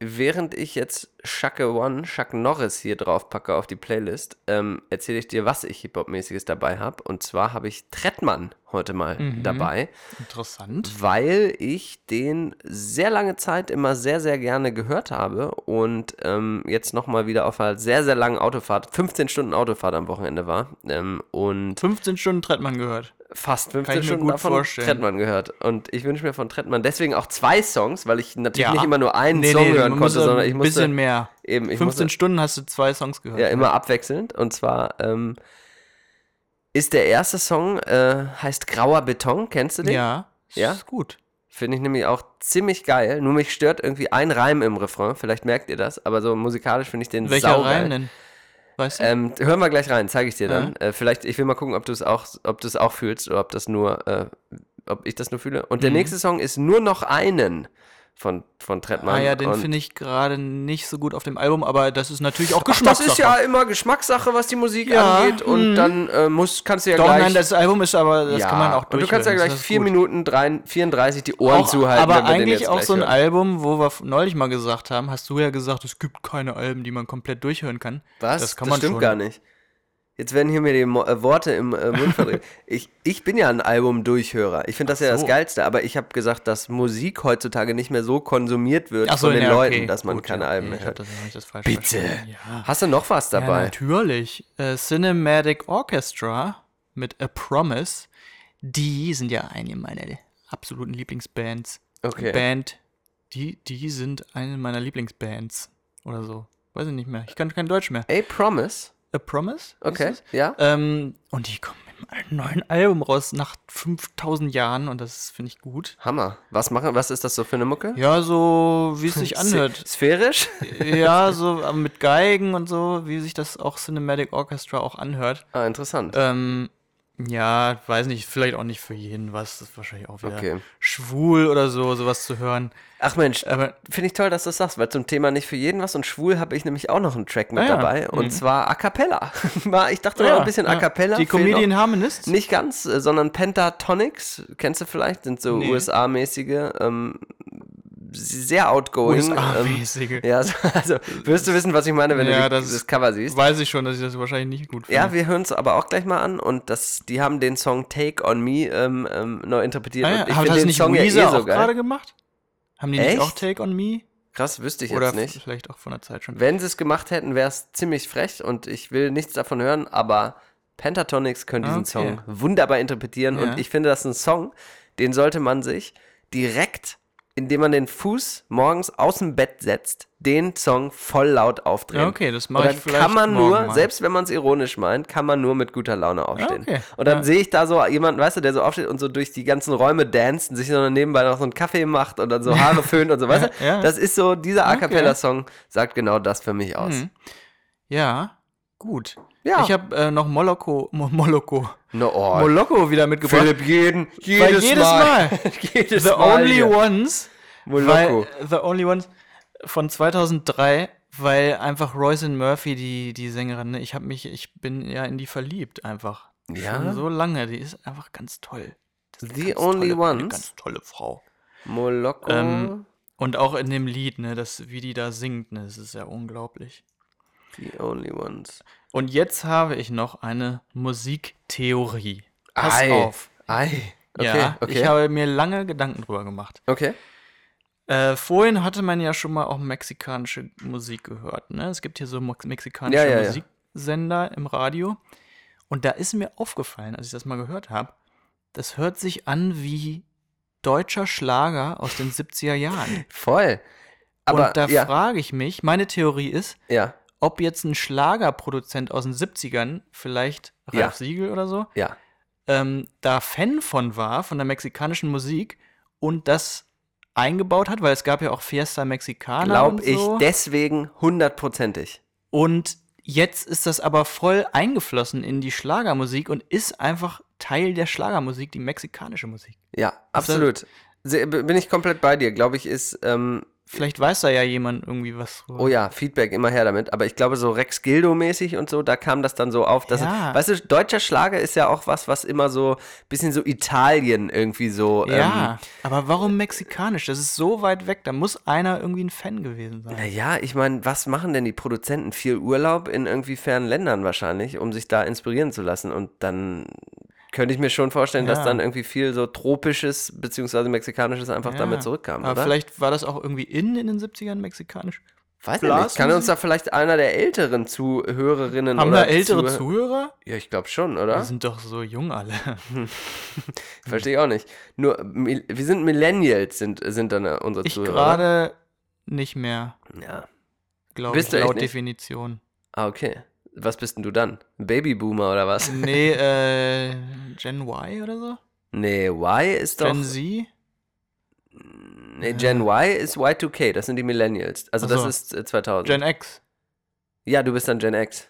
während ich jetzt Shaka One, Chuck Norris hier draufpacke auf die Playlist, ähm, erzähle ich dir, was ich Hip-Hop-mäßiges dabei habe. Und zwar habe ich Trettmann heute mal Mhm. dabei, Interessant. weil ich den sehr lange Zeit immer sehr, sehr gerne gehört habe und ähm, jetzt nochmal wieder auf einer sehr, sehr langen Autofahrt, 15 Stunden Autofahrt am Wochenende war. Ähm, und 15 Stunden Trettmann gehört. fast Kann ich 15 mir Stunden gut davon vorstellen. Trettmann gehört. Und ich wünsche mir von Trettmann deswegen auch zwei Songs, weil ich natürlich Ja. nicht immer nur einen Nee, Song nee, hören man konnte, muss sondern ich ein musste bisschen mehr. ne? eben ich 15 musste, Stunden hast du zwei Songs gehört. ja immer abwechselnd. Und zwar ähm, ist der erste Song äh, heißt Grauer Beton. Kennst du den? Ja, Ja? ist gut. Finde ich nämlich auch ziemlich geil. Nur mich stört irgendwie ein Reim im Refrain. Vielleicht merkt ihr das, aber so musikalisch finde ich den Welcher saugeil. Reim denn? Weißt du? Ähm, hören wir gleich rein, zeige ich dir dann. Äh, vielleicht, ich will mal gucken, ob du es auch, ob du es auch fühlst oder ob das nur, äh, ob ich das nur fühle. Und Mhm. der nächste Song ist nur noch einen von, von Trettmann. ah ja, den Und- finde ich gerade nicht so gut auf dem Album, aber das ist natürlich auch Ach, das Geschmackssache. ist ja immer Geschmackssache, was die Musik Ja, angeht. Und mhm. dann äh, musst, kannst du ja Doch, gleich. nein, das Album ist aber, das ja, kann man auch Und du kannst ja durchhören, gleich das ist 4 gut. Minuten drei- 34 die Ohren auch, zuhalten. aber wenn wir den eigentlich jetzt auch gleich so ein hören. Album, wo wir f- neulich mal gesagt haben, hast du ja gesagt, es gibt keine Alben, die man komplett durchhören kann. Was? Das kann man stimmt schon. gar nicht. Jetzt werden hier mir die Mo äh, Worte im äh, Mund verdreht. ich, ich bin ja ein Album-Durchhörer. Ich finde das ja das so. Geilste. Aber ich habe gesagt, dass Musik heutzutage nicht mehr so konsumiert wird Ach so, von den ja, Leuten, okay, dass man gut, keine ja, Alben okay, mehr ich hört. hab das noch nicht das falsch Bitte. verstanden, Ja. Hast du noch was Ja, dabei? natürlich. Äh, Cinematic Orchestra mit A Promise. Die sind ja eine meiner absoluten Lieblingsbands. Okay. Band. Die, die sind eine meiner Lieblingsbands. Oder so. Weiß ich nicht mehr. Ich kann kein Deutsch mehr. A Promise? A Promise? ist Okay, es? ja. Ähm, und die kommen mit einem neuen Album raus nach 5000 Jahren und das finde ich gut. Hammer. Was, machen, was ist das so für eine Mucke? Ja, so wie es sich anhört. Sphärisch? ja, so äh, mit Geigen und so, wie sich das auch Cinematic Orchestra auch anhört. ah, interessant. Ähm, ja, weiß nicht, vielleicht auch nicht für jeden was. Das ist wahrscheinlich auch wieder Okay. schwul oder so, sowas zu hören. Ach Mensch, aber- finde ich toll, dass du das sagst, weil zum Thema nicht für jeden was und schwul habe ich nämlich auch noch einen Track mit Ah ja, Ah dabei. Und zwar A Cappella. War- ich dachte mal ein bisschen A Cappella. Die fehlen noch- Comedian Harmonists? Nicht ganz, äh, sondern Pentatonics, kennst du vielleicht, sind so Nee. USA-mäßige, ähm, sehr outgoing. USA-mäßige. Ähm, ja, so- also wirst du wissen, was ich meine, wenn Ja, du die, das- das Cover siehst. Weiß ich schon, dass ich das wahrscheinlich nicht gut finde. Ja, wir hören es aber auch gleich mal an und das, die haben den Song Take on Me ähm, ähm, neu interpretiert. ah, ja. und ich Hat finde das den nicht Song ja eh Weezer so auch gerade geil. gemacht? Haben die Echt? nicht auch Take on Me? Krass, wüsste ich Oder jetzt f- nicht. vielleicht auch von der Zeit schon. Wenn sie es gemacht hätten, wäre es ziemlich frech und ich will nichts davon hören, aber Pentatonics können diesen Okay. Song wunderbar interpretieren Ja. und ich finde, das ist ein Song, den sollte man sich direkt, indem man den Fuß morgens aus dem Bett setzt, den Song voll laut aufdrehen. Ja, okay, das mach Und ich dann vielleicht kann man nur, morgen mal. selbst wenn man es ironisch meint, kann man nur mit guter Laune aufstehen. okay. Und dann Ja. sehe ich da so jemanden, weißt du, der so aufsteht und so durch die ganzen Räume danst und sich so nebenbei noch so einen Kaffee macht und dann so Haare föhnt und so, weißt du? Ja, ja. Das ist so, dieser A Okay. Cappella-Song sagt genau das für mich aus. Mhm. Ja, gut. Ja. Ich habe äh, noch Moloko, Mo Moloko, No, oh. Moloko wieder mitgebracht. Philipp, jeden, jedes, Weil jedes Mal. Mal. jedes The Mal Only hier. Ones. Moloko. Weil, The Only Ones von 2003, weil einfach Royce and Murphy, die, die Sängerin, ne, ich habe mich, ich bin ja in die verliebt einfach. Ja? Schon so lange, die ist einfach ganz toll. Das ist eine The ganz Only tolle, Eine Ones? ganz tolle Frau. Moloko. Ähm, und auch in dem Lied, ne, das, wie die da singt, ne, das ist ja unglaublich. the only ones. Und jetzt habe ich noch eine Musiktheorie. Pass Ei. auf. Ei. Okay, ja, okay. ich habe mir lange Gedanken drüber gemacht. okay. Äh, vorhin hatte man ja schon mal auch mexikanische Musik gehört. Ne? Es gibt hier so mo- mexikanische Ja, ja, ja. Musiksender im Radio. Und da ist mir aufgefallen, als ich das mal gehört habe, das hört sich an wie deutscher Schlager aus den 70er Jahren. Voll. Aber Und da ja, frage ich mich, meine Theorie ist, ja, ob jetzt ein Schlagerproduzent aus den 70ern, vielleicht Ralf Ja. Siegel oder so, ja. ähm, da Fan von war, von der mexikanischen Musik und das eingebaut hat, weil es gab ja auch Fiesta Mexicana Glaub und ich so. deswegen hundertprozentig. und jetzt ist das aber voll eingeflossen in die Schlagermusik und ist einfach Teil der Schlagermusik die mexikanische Musik. Ja, absolut. Se- b- Bin ich komplett bei dir. Glaube ich, ist, ähm, Vielleicht weiß da ja jemand irgendwie was drüber. oh ja, Feedback immer her damit. Aber ich glaube, so Rex Gildo-mäßig und so, da kam das dann so auf. Dass Ja. weißt du, deutscher Schlager ist ja auch was, was immer so ein bisschen so Italien irgendwie so. ähm, Ja, aber warum mexikanisch? Das ist so weit weg, da muss einer irgendwie ein Fan gewesen sein. Naja, ich meine, was machen denn die Produzenten? Viel Urlaub in irgendwie fernen Ländern wahrscheinlich, um sich da inspirieren zu lassen. Und dann könnte ich mir schon vorstellen, dass Ja. dann irgendwie viel so tropisches bzw. mexikanisches einfach damit zurückkam. Aber oder? vielleicht war das auch irgendwie in in den 70ern mexikanisch. Weiß ich nicht. Kann uns da vielleicht einer der älteren Zuhörerinnen Haben oder da ältere Zuhör- Zuhörer? Ja, ich glaube schon, Die oder? sind doch so jung alle. Hm. Verstehe ich auch nicht. Nur, Mil- wir sind Millennials, sind, sind dann äh, unsere Ich Zuhörer. gerade nicht mehr, oder? Ja. glaube ich, Bist du echt laut nicht? Definition. Ah, okay. Was bist denn du dann? Ein Babyboomer oder was? Nee, äh, Gen Y oder so? Nee, Y ist doch. Gen Z? Nee, Gen Y ist Y2K, das sind die Millennials. Also Ach so. das ist äh, 2000. Gen X. ja, du bist dann Gen X.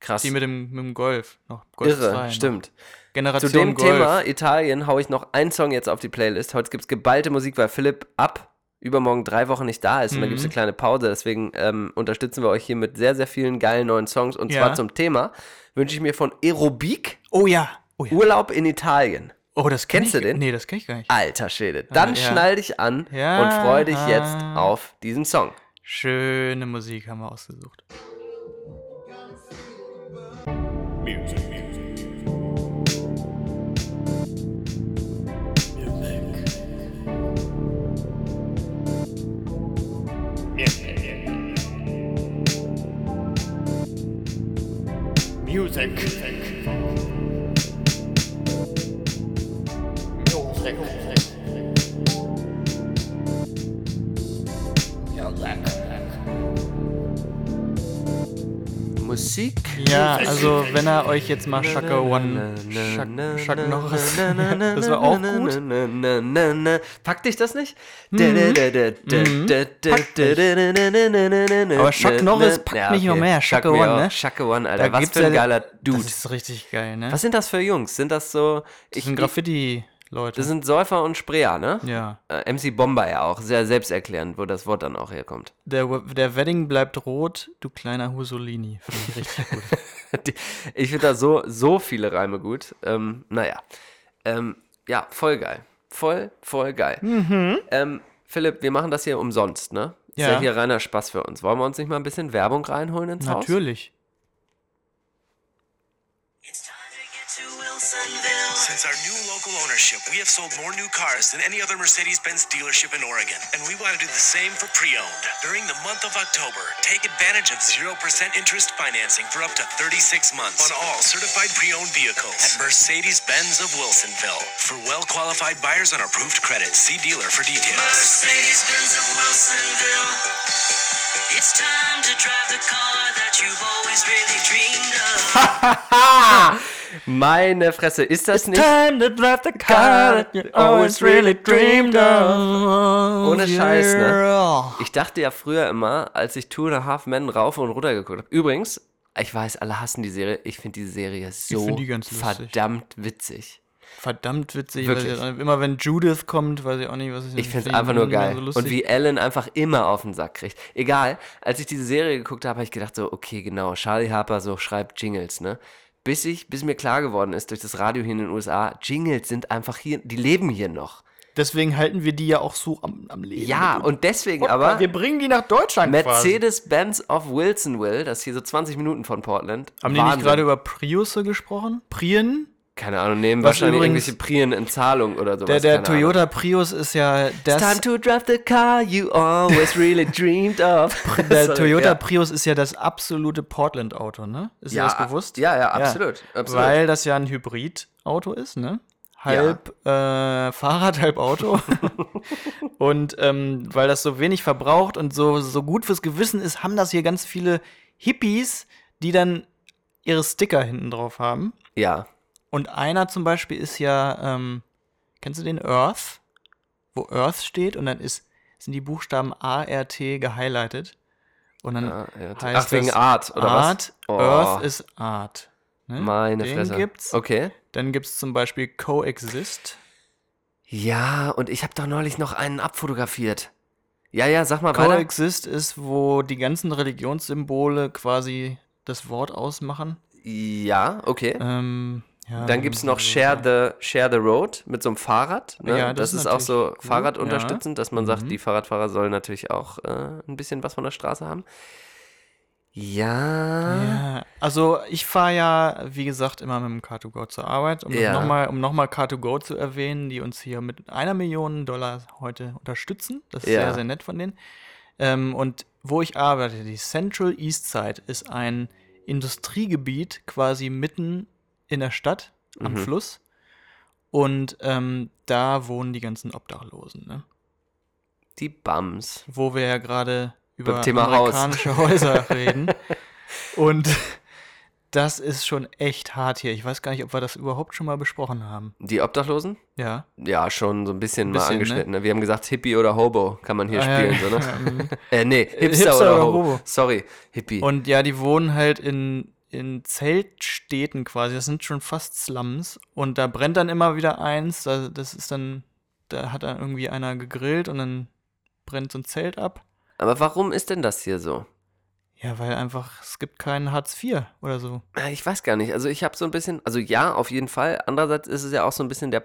Krass. Die mit dem, mit dem Golf. Noch Golf Irre, 2, ne? stimmt. Generation Zu dem Golf. Thema Italien haue ich noch einen Song jetzt auf die Playlist. Heute gibt es geballte Musik, weil Philipp ab übermorgen drei Wochen nicht da ist. Und dann Mhm. gibt es eine kleine Pause. Deswegen ähm, unterstützen wir euch hier mit sehr, sehr vielen geilen neuen Songs. Und Ja. zwar zum Thema wünsche ich mir von Aerobik Oh ja. Oh, ja. Urlaub in Italien. oh das kenn Kennst ich, du den? Nee, das kenn ich gar nicht. Alter Schwede. Dann ja. schnall dich an Ja. und freu dich jetzt auf diesen Song. Schöne Musik haben wir ausgesucht. Music. Music. Musik. Ja, also wenn er euch jetzt mal Shaka One Shak- Shak Norris Das war auch gut. Mhm. gut. Packt dich das nicht? Aber Aber Chuck Norris packt mich noch mehr. Chuck One, ne? Shaka One, Alter. Was gibt's für ein ja- geiler Dude. Das ist richtig geil, ne? Was sind das für Jungs? Sind das so. Das Ich, sind Graffiti-Leute. das sind Säufer und Spreer, ne? Ja. Äh, MC Bomber ja auch. Sehr selbsterklärend, wo das Wort dann auch herkommt. Der, der Wedding bleibt rot, du kleiner Husolini. Finde ich richtig gut. Die- Ich finde da so, so viele Reime gut. Ähm, naja. Ähm, ja, voll geil. Voll, voll geil. Ähm, Philipp, wir machen das hier umsonst, ne? Ist ja Ja. hier reiner Spaß für uns. Wollen wir uns nicht mal ein bisschen Werbung reinholen ins Haus? Natürlich. Since our new local ownership, we have sold more new cars than any other Mercedes Benz dealership in Oregon. And we want to do the same for pre owned. During the month of October, take advantage of 0% interest financing for up to 36 months on all certified pre owned vehicles at Mercedes Benz of Wilsonville. For well qualified buyers on approved credit, see dealer for details. Mercedes Benz of Wilsonville. It's time to drive the car that you've always really dreamed of. Meine Fresse, ist das nicht. Time to drive the car that you always really dreamed of. Ohne Scheiß, ne? Ich dachte ja früher immer, als ich Two and a Half Men rauf und runter geguckt habe. Übrigens, ich weiß, alle hassen die Serie. Ich finde diese Serie so find die ganz lustig. verdammt witzig. Verdammt witzig. Wirklich. Weil sie- immer wenn Judith kommt, weiß ich auch nicht, was ist. Ich finde es einfach nur geil. und wie Ellen einfach immer auf den Sack kriegt. Egal, als ich diese Serie geguckt habe, habe ich gedacht so, okay, genau, Charlie Harper so schreibt Jingles, ne? Bis ich, bis mir klar geworden ist durch das Radio hier in den USA, Jingles sind einfach hier, die leben hier noch. Deswegen halten wir die ja auch so am, am Leben. Ja, und deswegen aber wir bringen die nach Deutschland quasi. Mercedes-Benz of Wilsonville, das ist hier so 20 Minuten von Portland. Haben die Wahnsinn. nicht gerade über Prius gesprochen? Prien? Keine Ahnung, nehmen Was wahrscheinlich übrigens- irgendwelche Prien in Zahlung oder sowas. Der, der keine Ahnung. Toyota Prius ist ja It's time das. to drive the car you always really dreamed of. Der Sorry, Toyota ja. Prius ist ja das absolute Portland-Auto, ne? Ist dir das a- bewusst? Ja, ja, absolut. absolut. Weil das ja ein Hybrid-Auto ist, ne? Halb äh, Fahrrad, halb Auto. und ähm, weil das so wenig verbraucht und so, so gut fürs Gewissen ist, haben das hier ganz viele Hippies, die dann ihre Sticker hinten drauf haben. ja. Und einer zum Beispiel ist ja, ähm, kennst du den Earth? Wo Earth steht und dann ist, sind die Buchstaben ART gehighlightet. Und dann ja, heißt Ah, Ach, wegen das Art, oder was? Art, Oh. Earth ist Art. Ne? Meine Den Fresse. gibt's. Okay. Dann gibt es zum Beispiel Coexist. Ja, und ich habe doch neulich noch einen abfotografiert. Ja, ja, sag mal weiter. Coexist ist, wo die ganzen Religionssymbole quasi das Wort ausmachen. Ja, okay. Ähm, ja, Dann gibt es noch Share the, Share the Road mit so einem Fahrrad. Ne? Ja, das, das ist ist auch so natürlich cool, Fahrrad ja. Mhm. unterstützend, dass man sagt, die Fahrradfahrer sollen natürlich auch äh, ein bisschen was von der Straße haben. Ja. Ja, also ich fahre ja, wie gesagt, immer mit dem Car2Go zur Arbeit. Um Ja. nochmal um noch mal Car2Go zu erwähnen, die uns hier mit einer Million Dollar heute unterstützen. Das ist Ja. sehr, sehr nett von denen. Ähm, und wo ich arbeite, die Central East Side ist ein Industriegebiet quasi mitten in der Stadt Mhm. am Fluss. Und ähm, da wohnen die ganzen Obdachlosen, ne? Die Bums. wo wir ja gerade über Thema Haus. amerikanische Häuser reden. Und das ist schon echt hart hier. Ich weiß gar nicht, ob wir das überhaupt schon mal besprochen haben. Die Obdachlosen? Ja. Ja, schon so ein bisschen, mal Bisschen, ne? angeschnitten. Ne? Wir haben gesagt, Hippie oder Hobo kann man hier Ah, ja, spielen. so, ja, ne? mhm. äh, nee, Hipster, Hipster oder, oder Hobo. Hobo. Sorry, Hippie. Und ja, die wohnen halt in, in Zeltstädten quasi. Das sind schon fast Slums. Und da brennt dann immer wieder eins. Da, das ist dann, da hat dann irgendwie einer gegrillt und dann brennt so ein Zelt ab. Aber warum ist denn das hier so? Ja, weil einfach, es gibt keinen Hartz IV oder so. Ja, Ich weiß gar nicht. Also ich habe so ein bisschen, also ja, auf jeden Fall. Andererseits ist es ja auch so ein bisschen der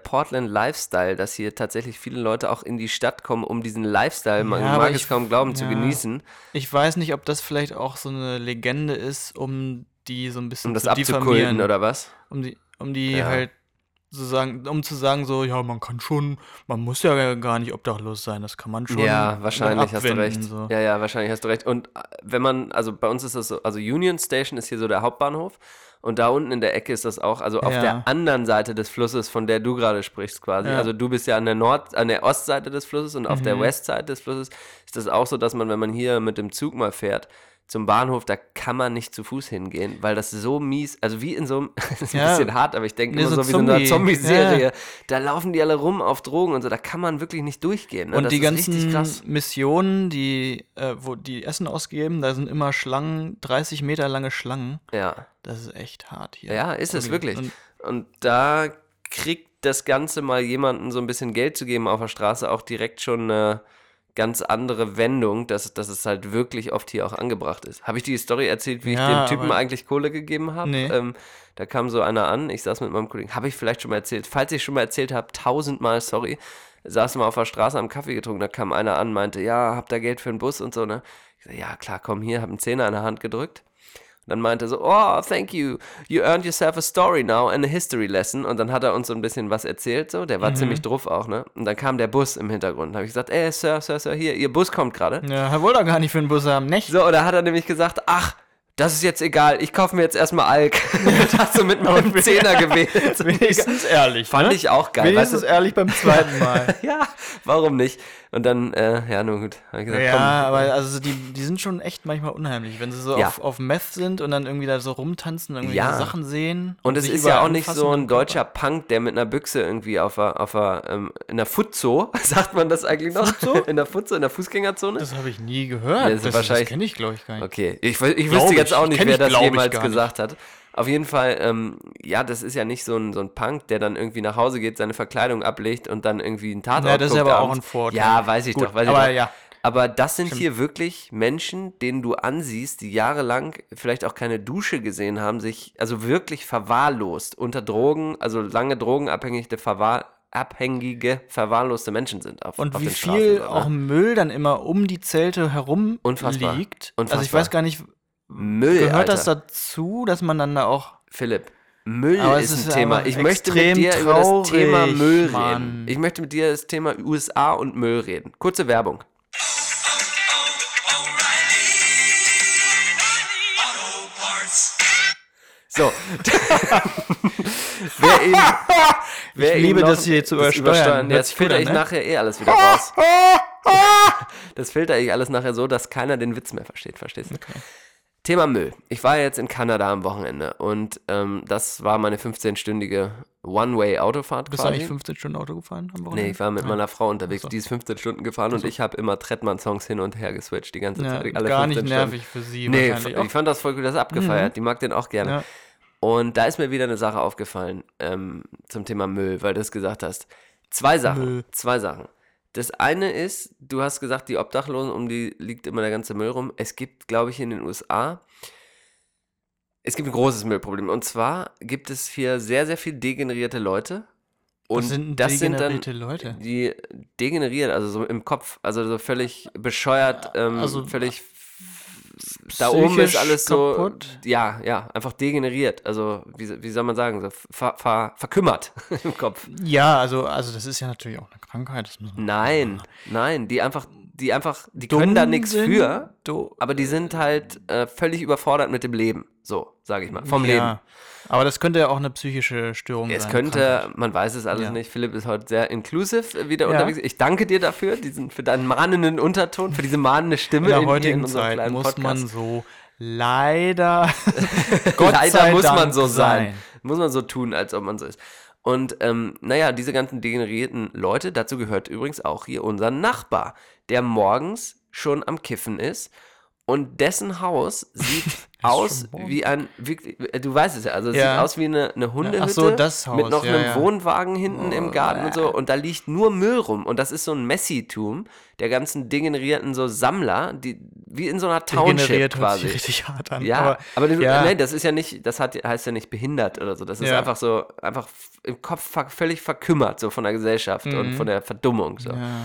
Portland-Lifestyle, dass hier tatsächlich viele Leute auch in die Stadt kommen, um diesen Lifestyle, man Ja, aber mag ich- es kaum glauben, zu ja. genießen. um Ich weiß nicht, ob das vielleicht auch so eine Legende ist, um die so ein bisschen Um das zu diffamieren. abzukulten oder was? um die, um die Ja. halt so sagen, um zu sagen so, ja, man kann schon, man muss ja gar nicht obdachlos sein, das kann man schon. Ja, wahrscheinlich hast du abwenden, recht. So. Ja, ja, wahrscheinlich hast du recht. Und äh, wenn man, also bei uns ist das so, also Union Station ist hier so der Hauptbahnhof und da unten in der Ecke ist das auch, also auf Ja. der anderen Seite des Flusses, von der du gerade sprichst quasi. Ja. Mhm. Also du bist ja an der Nord, an der Ostseite des Flusses und auf der Westseite des Flusses ist das auch so, dass man, wenn man hier mit dem Zug mal fährt, zum Bahnhof, da kann man nicht zu Fuß hingehen, weil das so mies, also wie in so einem, das ist ein Ja. bisschen hart, aber ich denke Nee, immer so, so wie so in einer Zombie. Zombie-Serie, Ja. da laufen die alle rum auf Drogen und so, da kann man wirklich nicht durchgehen. Ne? Und das die ist richtig krass. ganzen Missionen, die, äh, wo die Essen ausgeben, da sind immer Schlangen, 30 Meter lange Schlangen. Ja, Das ist echt hart hier. ja, ist es wirklich. Und, Und da kriegt das Ganze mal jemanden so ein bisschen Geld zu geben auf der Straße auch direkt schon eine ganz andere Wendung, dass, dass es halt wirklich oft hier auch angebracht ist. Habe ich die Story erzählt, wie Ja, ich dem Typen aber- eigentlich Kohle gegeben habe? Nee. Ähm, da kam so einer an, ich saß mit meinem Kollegen, habe ich vielleicht schon mal erzählt, falls ich schon mal erzählt habe, tausendmal, sorry, saßen wir auf der Straße, haben Kaffee getrunken, da kam einer an, meinte, ja, habt da Geld für den Bus und so, ne? Ich sag, ja, klar, komm hier, hab einen Zehner in der Hand gedrückt. Und dann meinte er so, oh, thank you, you earned yourself a story now and a history lesson. Und dann hat er uns so ein bisschen was erzählt, so, der war ziemlich drauf auch, ne? Und dann kam der Bus im Hintergrund. Da habe ich gesagt, ey, Sir, Sir, Sir, hier, Ihr Bus kommt gerade. ja, er wollte doch gar nicht für den Bus haben, nicht? So, oder hat er nämlich gesagt, ach, das ist jetzt egal, ich kaufe mir jetzt erstmal Alk. Und hast du mit meinem Zehner gewählt. Wenigstens ehrlich. Fand ne? ich auch geil. Wenigstens ehrlich beim zweiten Mal. ja, warum nicht? Und dann, äh, ja, nun gut, habe ich gesagt, Ja, komm. aber also die, die sind schon echt manchmal unheimlich, wenn sie so Ja. auf, auf Meth sind und dann irgendwie da so rumtanzen und irgendwie Ja. so Sachen sehen. Und es sich ist ja überall auch nicht anfassen so ein am Körper. deutscher Punk, der mit einer Büchse irgendwie auf, der- auf der, ähm, in der Futzo, sagt man das eigentlich noch? In der Futzo, in der Fußgängerzone? Das habe ich nie gehört. Nee, das ist das das, wahrscheinlich- kenne ich, glaube ich, gar nicht. Okay, ich, wü- ich Glaub wüsste ich, jetzt auch ich nicht, kenn wer ich, das glaub ich jemals gar nicht. gesagt hat. Auf jeden Fall, ähm, ja, das ist ja nicht so ein, so ein Punk, der dann irgendwie nach Hause geht, seine Verkleidung ablegt und dann irgendwie einen Tatort Ja, das ist guckt aber auch abends. ein Vorteil. Ja, weiß ich Gut, doch. Weiß aber ich doch. ja. Aber das sind hier wirklich Menschen, denen du ansiehst, die jahrelang vielleicht auch keine Dusche gesehen haben, sich also wirklich verwahrlost unter Drogen, also lange drogenabhängige, verwahr abhängige, verwahrloste Menschen sind auf, Und auf wie den viel Straßen, oder? auch Müll dann immer um die Zelte herum Unfassbar. liegt. Also ich Unfassbar. weiß gar nicht, Müll, gehört Alter. das dazu, dass man dann da auch. Philipp, Müll Aber es ist ein ist Thema. einfach Ich möchte mit extrem dir über das traurig, Thema Müll reden. Mann. Ich möchte mit dir das Thema USA und Müll reden. Kurze Werbung. So. wer eben, wer Ich eben liebe noch das hier zu übersteuern. übersteuern. Hört Jetzt sich gut filter an, ich ne? nachher eh alles wieder raus. Das filter ich alles nachher so, dass keiner den Witz mehr versteht, verstehst du? Thema Müll. Ich war jetzt in Kanada am Wochenende und ähm, das war meine 15-stündige One-Way-Autofahrt. Bist du quasi. eigentlich 15 Stunden Auto gefahren am Wochenende? Nee, ich war mit meiner Frau unterwegs, die ist 15 Stunden gefahren und ich habe immer Trettmann-Songs hin und her geswitcht die ganze Ja, Zeit. gar 15 nicht Stunden. nervig für sie Nee, wahrscheinlich ich auch. fand das voll cool, das abgefeiert. Die mag den auch gerne. Ja. Und da ist mir wieder eine Sache aufgefallen ähm, zum Thema Müll, weil du es gesagt hast. Zwei Sachen. Zwei Sachen. Das eine ist, du hast gesagt, die Obdachlosen, um die liegt immer der ganze Müll rum. Es gibt, glaube ich, in den USA, es gibt ein großes Müllproblem. Und zwar gibt es hier sehr, sehr viel degenerierte Leute. Und das sind dann degenerierte Leute. die degeneriert, also so im Kopf, also so völlig bescheuert, ähm, Also, völlig da oben ist psychisch alles so, kaputt? ja, ja, einfach degeneriert, also wie, wie soll man sagen, so ver, ver, verkümmert im Kopf. Ja, also, also das ist ja natürlich auch eine Krankheit. Das muss man Nein, nein, die einfach, die einfach, die können da nichts Dumm sind, für, du- aber die sind halt äh, völlig überfordert mit dem Leben, so sage ich mal, vom ja. Leben. Aber das könnte ja auch eine psychische Störung Es sein. könnte, Krankheit. man weiß es alles Ja. nicht. Philipp ist heute sehr inclusive äh, wieder Ja. unterwegs. Ich danke dir dafür, diesen, für deinen mahnenden Unterton, für diese mahnende Stimme In der hier heutigen unserem Zeit kleinen muss Podcast. man so leider. Leider sei muss man Dank so sein. sein. Muss man so tun, als ob man so ist. Und ähm, naja, diese ganzen degenerierten Leute, dazu gehört übrigens auch hier unser Nachbar, der morgens schon am Kiffen ist und dessen Haus sieht aus wie ein, wirklich, äh, du weißt es ja, also es Ja. sieht aus wie eine, eine Hundehütte ach so, das Haus, mit noch ja, einem ja. Oh, äh. Wohnwagen hinten im Garten und so und da liegt nur Müll rum und das ist so ein Messitum der ganzen degenerierten so Sammler, die wie in so einer Township Degeneriert hört quasi. sich richtig hart an. Ja, aber, du, ja, nein, das ist ja nicht, das hat, heißt ja nicht behindert oder so. Das ist Ja. einfach so, einfach f- im Kopf ver völlig verkümmert, so von der Gesellschaft und von der Verdummung. So. Mhm. ja.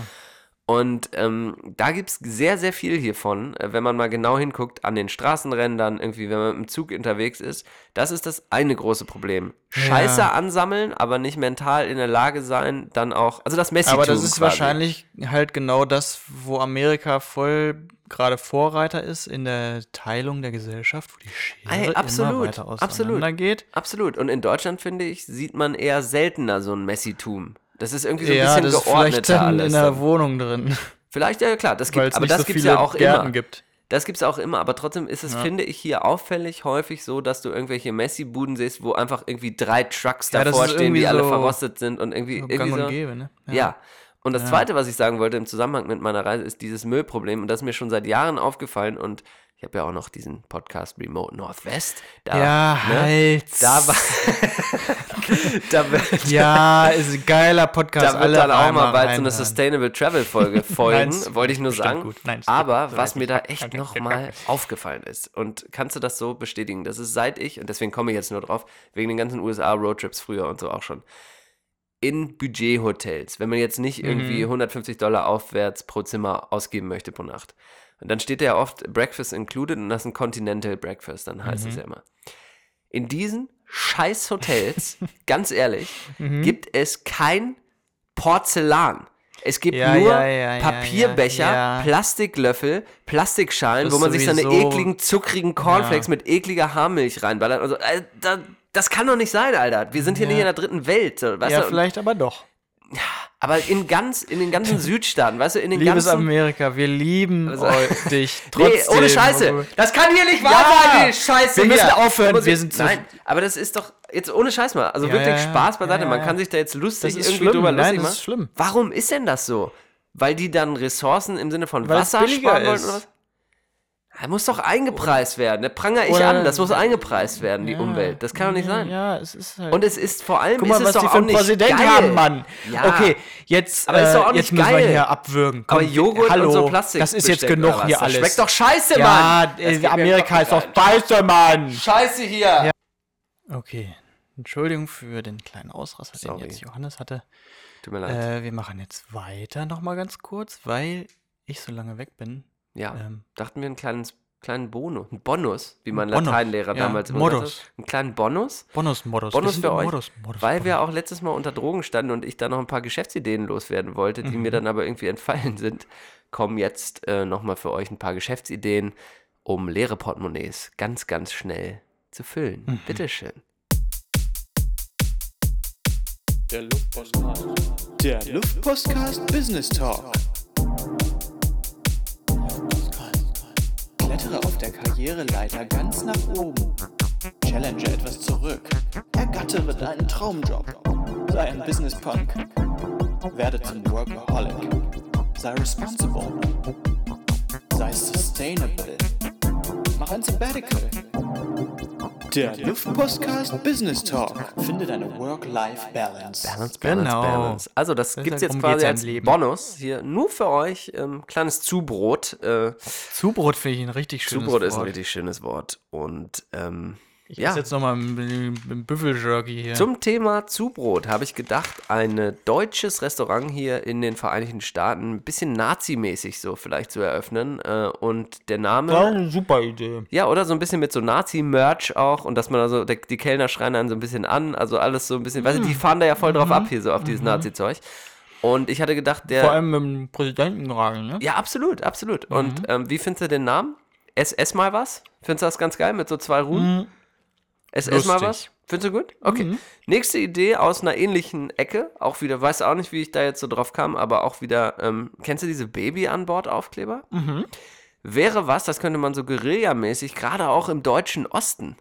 Und ähm, da gibt es sehr, sehr viel hiervon, äh, wenn man mal genau hinguckt, an den Straßenrändern, irgendwie, wenn man im Zug unterwegs ist. Das ist das eine große Problem. Scheiße Ja. ansammeln, aber nicht mental in der Lage sein, dann auch, also das Messitum Aber das ist quasi. wahrscheinlich halt genau das, wo Amerika voll gerade Vorreiter ist in der Teilung der Gesellschaft, wo die Schere Ey, immer absolut, weiter absolut. auseinander geht. Absolut. Und in Deutschland, finde ich, sieht man eher seltener so ein Messitum. Das ist irgendwie so ein ja, bisschen das ist vielleicht geordneter dann alles. in der dann. Wohnung drin, Vielleicht, ja klar, das weil gibt, es aber nicht das so gibt's viele ja auch Gärten immer. gibt. Das gibt's auch immer, aber trotzdem ist es, finde ich, hier auffällig häufig so, dass du irgendwelche Messi-Buden siehst, wo einfach irgendwie drei Trucks Ja, das davor ist stehen, die irgendwie alle so- verrostet sind und irgendwie, So irgendwie Gang so. und gäbe, ne? Ja. Und das Zweite, was ich sagen wollte im Zusammenhang mit meiner Reise, ist dieses Müllproblem. Und das ist mir schon seit Jahren aufgefallen. Und ich habe ja auch noch diesen Podcast Remote Northwest. Da, Ja, halt. ne? Da war. da wird, Ja, ist ein geiler Podcast. da wird alle dann auch mal einmal bald so eine reinhören. Sustainable Travel Folge folgen, Nein, wollte ich nur bestimmt sagen. gut. Nein, ist Aber gut. was mir da Danke, echt danke, nochmal aufgefallen ist, und kannst du das so bestätigen, das ist seit ich, und deswegen komme ich jetzt nur drauf, wegen den ganzen USA-Roadtrips früher und so auch schon, in Budgethotels, wenn man jetzt nicht Mhm. irgendwie 150 Dollar aufwärts pro Zimmer ausgeben möchte pro Nacht. Und dann steht da ja oft Breakfast included und das ist ein Continental Breakfast, dann heißt Mhm. es ja immer. In diesen scheiß Hotels, ganz ehrlich, Mhm. gibt es kein Porzellan. Es gibt Ja, nur ja, ja, ja, Papierbecher, ja, ja. Plastiklöffel, Plastikschalen, Das wo man sich seine sowieso- ekligen, zuckrigen Cornflakes mit ekliger Haarmilch reinballert. Also, äh, da, das kann doch nicht sein, Alter. Wir sind hier nicht in der dritten Welt. so, Weißt Ja, du? vielleicht aber doch. Aber in, ganz, in den ganzen Südstaaten, weißt du, in den Liebes ganzen. Amerika, wir lieben Also- eu- dich trotzdem. Nee, ohne Scheiße. Das kann hier nicht wahr Ja. sein, die Scheiße. Wir müssen hier. aufhören, Muss wir ich- sind zu- Nein, aber das ist doch jetzt ohne Scheiß mal. Also Ja, wirklich ja, ja. Spaß beiseite. Ja, ja, Man ja. kann sich da jetzt lustig Das ist irgendwie schlimm. drüber lustig Nein, das machen. ist schlimm. Warum ist denn das so? Weil die dann Ressourcen im Sinne von Weil es Wasser billiger sparen wollen ist. oder was? Er muss doch eingepreist werden. Da prangere ich Oder- an. Das muss eingepreist werden, die Ja. Umwelt. Das kann doch nicht sein. Ja, es ist halt. Und es ist vor allem Guck ist mal, es was doch die auch für einen nicht Präsident geil. haben, Mann. Ja. Okay, jetzt, Aber ist doch auch äh, nicht jetzt müssen geil. wir hier abwürgen. Komm, Aber Joghurt hallo, und so Plastik. Das ist jetzt bestellen oder genug was? hier das alles. Schmeckt doch scheiße, ja, Mann. Das geht äh, mir Amerika doch ist doch nicht scheiße, Mann. ein. Scheiße hier. Okay, Entschuldigung für den kleinen Ausraster, Sorry. den jetzt Johannes hatte. Tut mir leid. Äh, wir machen jetzt weiter nochmal ganz kurz, weil ich so lange weg bin. ja. ähm, Dachten wir einen kleinen, kleinen Bonus, einen Bonus, wie mein Bonus, Lateinlehrer ja, damals immer gesagt Modus. hat. Einen kleinen Bonus. Bonus-Modus. Bonus für euch, Modus, Modus, weil Bonus. wir auch letztes Mal unter Drogen standen und ich da noch ein paar Geschäftsideen loswerden wollte, die mir Mhm. dann aber irgendwie entfallen sind, kommen jetzt äh, nochmal für euch ein paar Geschäftsideen, um leere Portemonnaies ganz, ganz schnell zu füllen. Mhm. Bitteschön. Der Luftpostcast Business Talk. Klettere auf der Karriereleiter ganz nach oben. Challenge etwas zurück. Ergattere deinen Traumjob. Sei ein Business Punk. Werde zum Workaholic. Sei responsible. Sei sustainable. Mach ein Sabbatical. Der Luftpostcast Business Talk. Finde deine Work-Life-Balance. Balance, Balance, Genau. Balance. Also das Das- gibt es jetzt darum geht's quasi ja im als Leben. Bonus hier nur für euch. Ähm, kleines Zubrot. Äh, Zubrot finde ich ein richtig schönes Zubrot Wort. ist ein richtig schönes Wort. Und ähm, Ich ja. esse jetzt nochmal einen Büffeljerky hier. Zum Thema Zubrot habe ich gedacht, ein äh, deutsches Restaurant hier in den Vereinigten Staaten ein bisschen nazimäßig so vielleicht zu eröffnen. Äh, und der Name. super Idee. Ja, oder so ein bisschen mit so Nazi-Merch auch und dass man da so, der, die Kellner schreien einen so ein bisschen an, also alles so ein bisschen, weißt du, Hm. die fahren da ja voll drauf ab hier, so auf dieses Nazi-Zeug. Und ich hatte gedacht, der. Mhm. Vor allem mit dem Präsidenten gerade, ne? Mhm. Ja, absolut, absolut. Und ähm, wie findest du den Namen? Es, ess mal was? Findest du das ganz geil mit so zwei Ruhen? Es, ess mal Mhm. Lustig. Mhm. was? Findest du gut? Okay. Nächste Idee aus einer ähnlichen Ecke. Auch wieder, weiß auch nicht, wie ich da jetzt so drauf kam, aber auch wieder, ähm, kennst du diese Baby-an-Bord-Aufkleber? Mhm. Wäre was, das könnte man so guerillamäßig, gerade auch im deutschen Osten,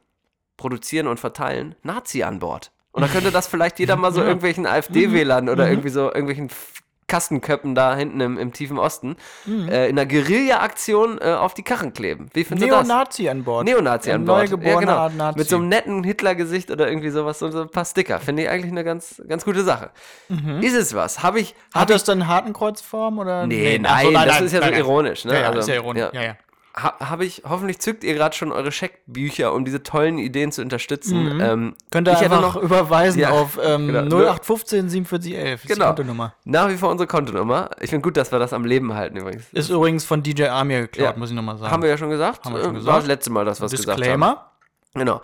produzieren und verteilen, Nazi an Bord. Und dann könnte das vielleicht jeder mal so Mhm. irgendwelchen AfD-Wählern oder irgendwie so irgendwelchen F- Kastenköppen da hinten im, im tiefen Osten Mhm. äh, in einer Guerilla-Aktion äh, auf die Karren kleben. Wie findest du das? Neonazi an Bord. Neonazi Ein an Bord. genau. Neugeborener Art Nazi. Mit so einem netten Hitlergesicht oder irgendwie sowas, so so ein paar Sticker. Finde ich eigentlich eine ganz, ganz gute Sache. Mhm. Ist es was? Habe ich. Hab Hat ich das dann Hakenkreuzform oder? Nee, Ach so, nein, das ist ja so ironisch, ne? Ja, ja, Also, ist ja ironisch. ja. Ja, ja. ha, hab ich, hoffentlich zückt ihr gerade schon eure Scheckbücher, um diese tollen Ideen zu unterstützen. Ähm, Mhm. Könnt ihr ich hätte noch einfach überweisen Ja, auf ähm, genau. 0815 4711. Ist die Genau. Kontonummer. Nach wie vor unsere Kontonummer. Ich finde gut, dass wir das am Leben halten übrigens. Ist übrigens von DJ Amir geklaut, Ja. muss ich nochmal sagen. Haben wir ja schon gesagt. Haben wir schon Äh, War gesagt. das letzte Mal, dass wir es gesagt haben. Disclaimer. Genau.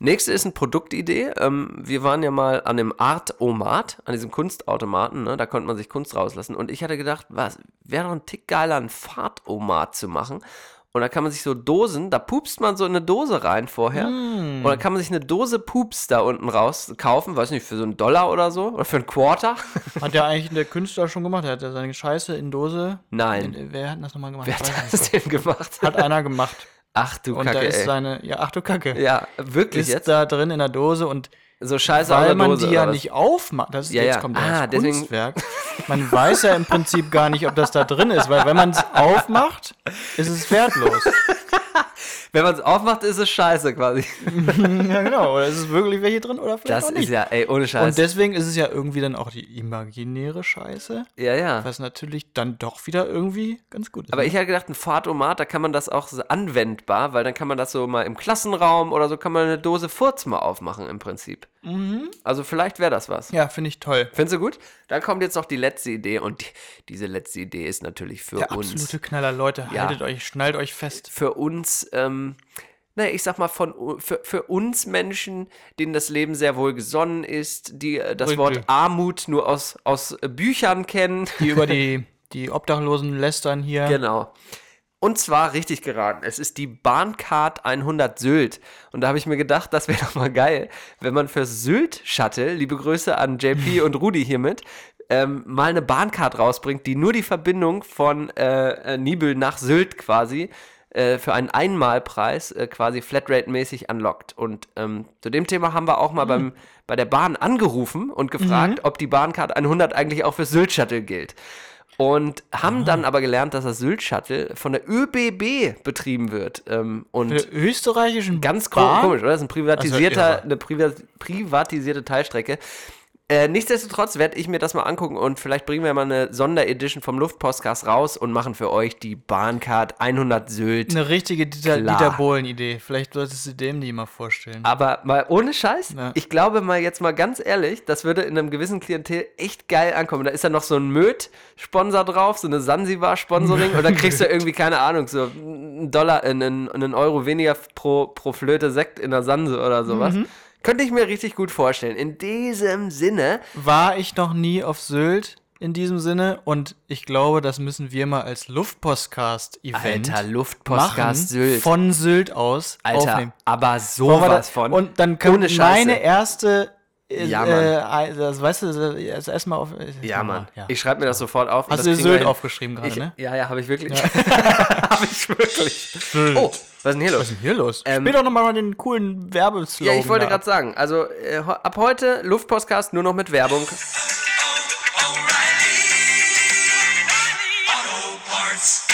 Nächste ist eine Produktidee. Ähm, wir waren ja mal an dem Artomat, an diesem Kunstautomaten, ne? da konnte man sich Kunst rauslassen. Und ich hatte gedacht, was, wäre doch ein Tick geiler, ein Fahrtomat zu machen. Und da kann man sich so Dosen, da pupst man so in eine Dose rein vorher. Und Hm. dann kann man sich eine Dose Pups da unten raus kaufen, weiß nicht, für so einen Dollar oder so, oder für einen Quarter. Hat ja eigentlich der Künstler schon gemacht. Er hat ja seine Scheiße in Dose. Nein. In, wer hat denn das nochmal gemacht? Wer Ich weiß hat nicht. das denn gemacht? Hat einer gemacht. Ach du Und da Kacke, ist ey. seine. Ja, ach du Kacke. Ja, wirklich ist jetzt? da drin in der Dose und so scheiße aus weil der man Dose, die ja oder was? nicht aufmacht, das ist Ja, jetzt ja. kommt Ah, ah, das deswegen- Kunstwerk. Man weiß ja im Prinzip gar nicht, ob das da drin ist, weil wenn man es aufmacht, ist es wertlos. Wenn man es aufmacht, ist es scheiße quasi. ja genau, oder ist es wirklich welche drin oder vielleicht Das auch nicht. ist ja, ey, ohne Scheiß. und deswegen ist es ja irgendwie dann auch die imaginäre Scheiße, ja, ja. was natürlich dann doch wieder irgendwie ganz gut ist. Aber ne? ich hatte gedacht, ein Fahrtomat, da kann man das auch so anwendbar, weil dann kann man das so mal im Klassenraum oder so kann man eine Dose Furz mal aufmachen im Prinzip. Also vielleicht wäre das was. Mhm. ja, finde ich toll. Findest du gut? Dann kommt jetzt noch die letzte Idee und die, diese letzte Idee ist natürlich für Der uns. absolute Knaller, Leute, Ja. haltet euch, schnallt euch fest. Für uns, ähm, naja, ich sag mal, von, für, für uns Menschen, denen das Leben sehr wohl gesonnen ist, die äh, das Richtig. Wort Armut nur aus, aus äh, Büchern kennen. Die über die, die Obdachlosen lästern hier. Genau. Und zwar richtig geraten. Es ist die Bahncard 100 Sylt. Und da habe ich mir gedacht, das wäre doch mal geil, wenn man für Sylt Shuttle, liebe Grüße an JP und Rudi hiermit, ähm, mal eine Bahncard rausbringt, die nur die Verbindung von äh, äh, Nibel nach Sylt quasi äh, für einen Einmalpreis äh, quasi Flatrate-mäßig anlockt. Und ähm, zu dem Thema haben wir auch mal beim, bei der Bahn angerufen und gefragt, ob die Bahncard 100 eigentlich auch für Sylt Shuttle gilt. Und haben dann aber gelernt, dass das Sylt-Shuttle von der ÖBB betrieben wird. Ähm, und Der österreichischen ganz ko- Bahn? komisch, oder? Das ist ein privatisierter, irre. eine priva privatisierte Teilstrecke. Äh, nichtsdestotrotz werde ich mir das mal angucken und vielleicht bringen wir mal eine Sonderedition vom Luftpostcast raus und machen für euch die Bahncard 100 Sylt. Eine richtige Dieter, Klar. Ah. Dieter Bohlen-Idee. Vielleicht solltest du dem die mal vorstellen. Aber mal ohne Scheiß, Ja. ich glaube mal jetzt mal ganz ehrlich, das würde in einem gewissen Klientel echt geil ankommen. Da ist dann noch so ein Möd-Sponsor drauf, so eine Sansibar-Sponsoring und dann kriegst du irgendwie, keine Ahnung, so einen Dollar, äh, einen, einen Euro weniger pro, pro Flöte Sekt in der Sanse oder sowas. Mhm. Könnte ich mir richtig gut vorstellen. In diesem Sinne, War ich noch nie auf Sylt in diesem Sinne und ich glaube, das müssen wir mal als Luftpostcast-Event Alter, machen. Luftpostcast Sylt. Von Sylt aus Alter, aufnehmen. aber Wollen wir sowas da- von. Und dann kommt Ohne Scheiße. meine erste. äh, Ja, äh, das, weißt du, das erstmal auf. Ja, Mann. Ja. Ich schreibe mir das sofort auf. und Hast das du kriegen wir Sylt hin. aufgeschrieben gerade, ich, ne? Ja, ja, habe ich wirklich. habe ich wirklich. Oh, was ist denn hier los? Was ist denn hier los? Ähm, Spiel doch nochmal den coolen Werbeslogan. Ja, ich wollte da gerade ab. sagen, also äh, ho- ab heute Luftpostcast nur noch mit Werbung. O'Reilly. Auto parts.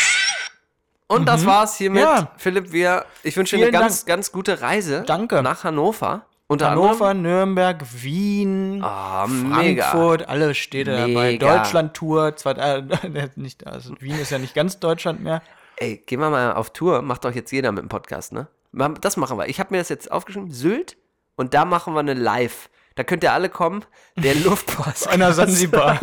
Und das war's hiermit. Mhm. Ja. Philipp, wir, ich wünsche dir eine Vielen ganz, Dank. ganz gute Reise Danke. nach Hannover. Unter Hannover, anderem. Nürnberg, Wien, ne? Ah, mega. Frankfurt, alle Städte dabei. Mega. Deutschland-Tour, zwar- äh, nicht, also Wien ist ja nicht ganz Deutschland mehr. Ey, gehen wir mal auf Tour. Macht doch jetzt jeder mit dem Podcast, ne? Ma- Das machen wir. Ich habe mir das jetzt aufgeschrieben. Sylt. Und da machen wir eine Live. Da könnt ihr alle kommen. Der Luftpass. Einer Sansibar.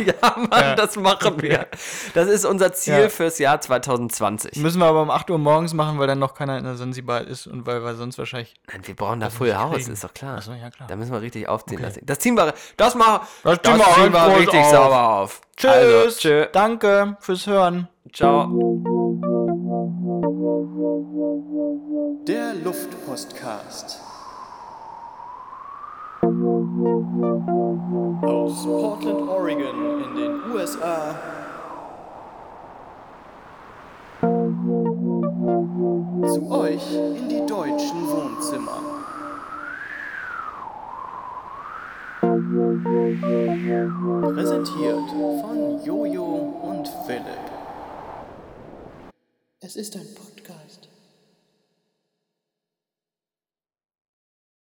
ja, Mann, das machen wir. Das ist unser Ziel Ja. fürs Jahr 2020. Müssen wir aber um 8 Uhr morgens machen, weil dann noch keiner in der Sansibar ist und weil wir sonst wahrscheinlich. Nein, wir brauchen da Full House, kriegen. ist doch klar. Ach so, ja, klar. Da müssen wir richtig aufziehen lassen. Das ziehen wir, das machen, Das ziehen wir ziehen wir groß richtig auf. sauber auf. Tschüss! Also, tschö, Danke fürs Hören. ciao. Der Luftpostcast. Aus Portland, Oregon in den USA. Zu euch in die deutschen Wohnzimmer. Präsentiert von Jojo und Philipp. Es ist ein Podcast.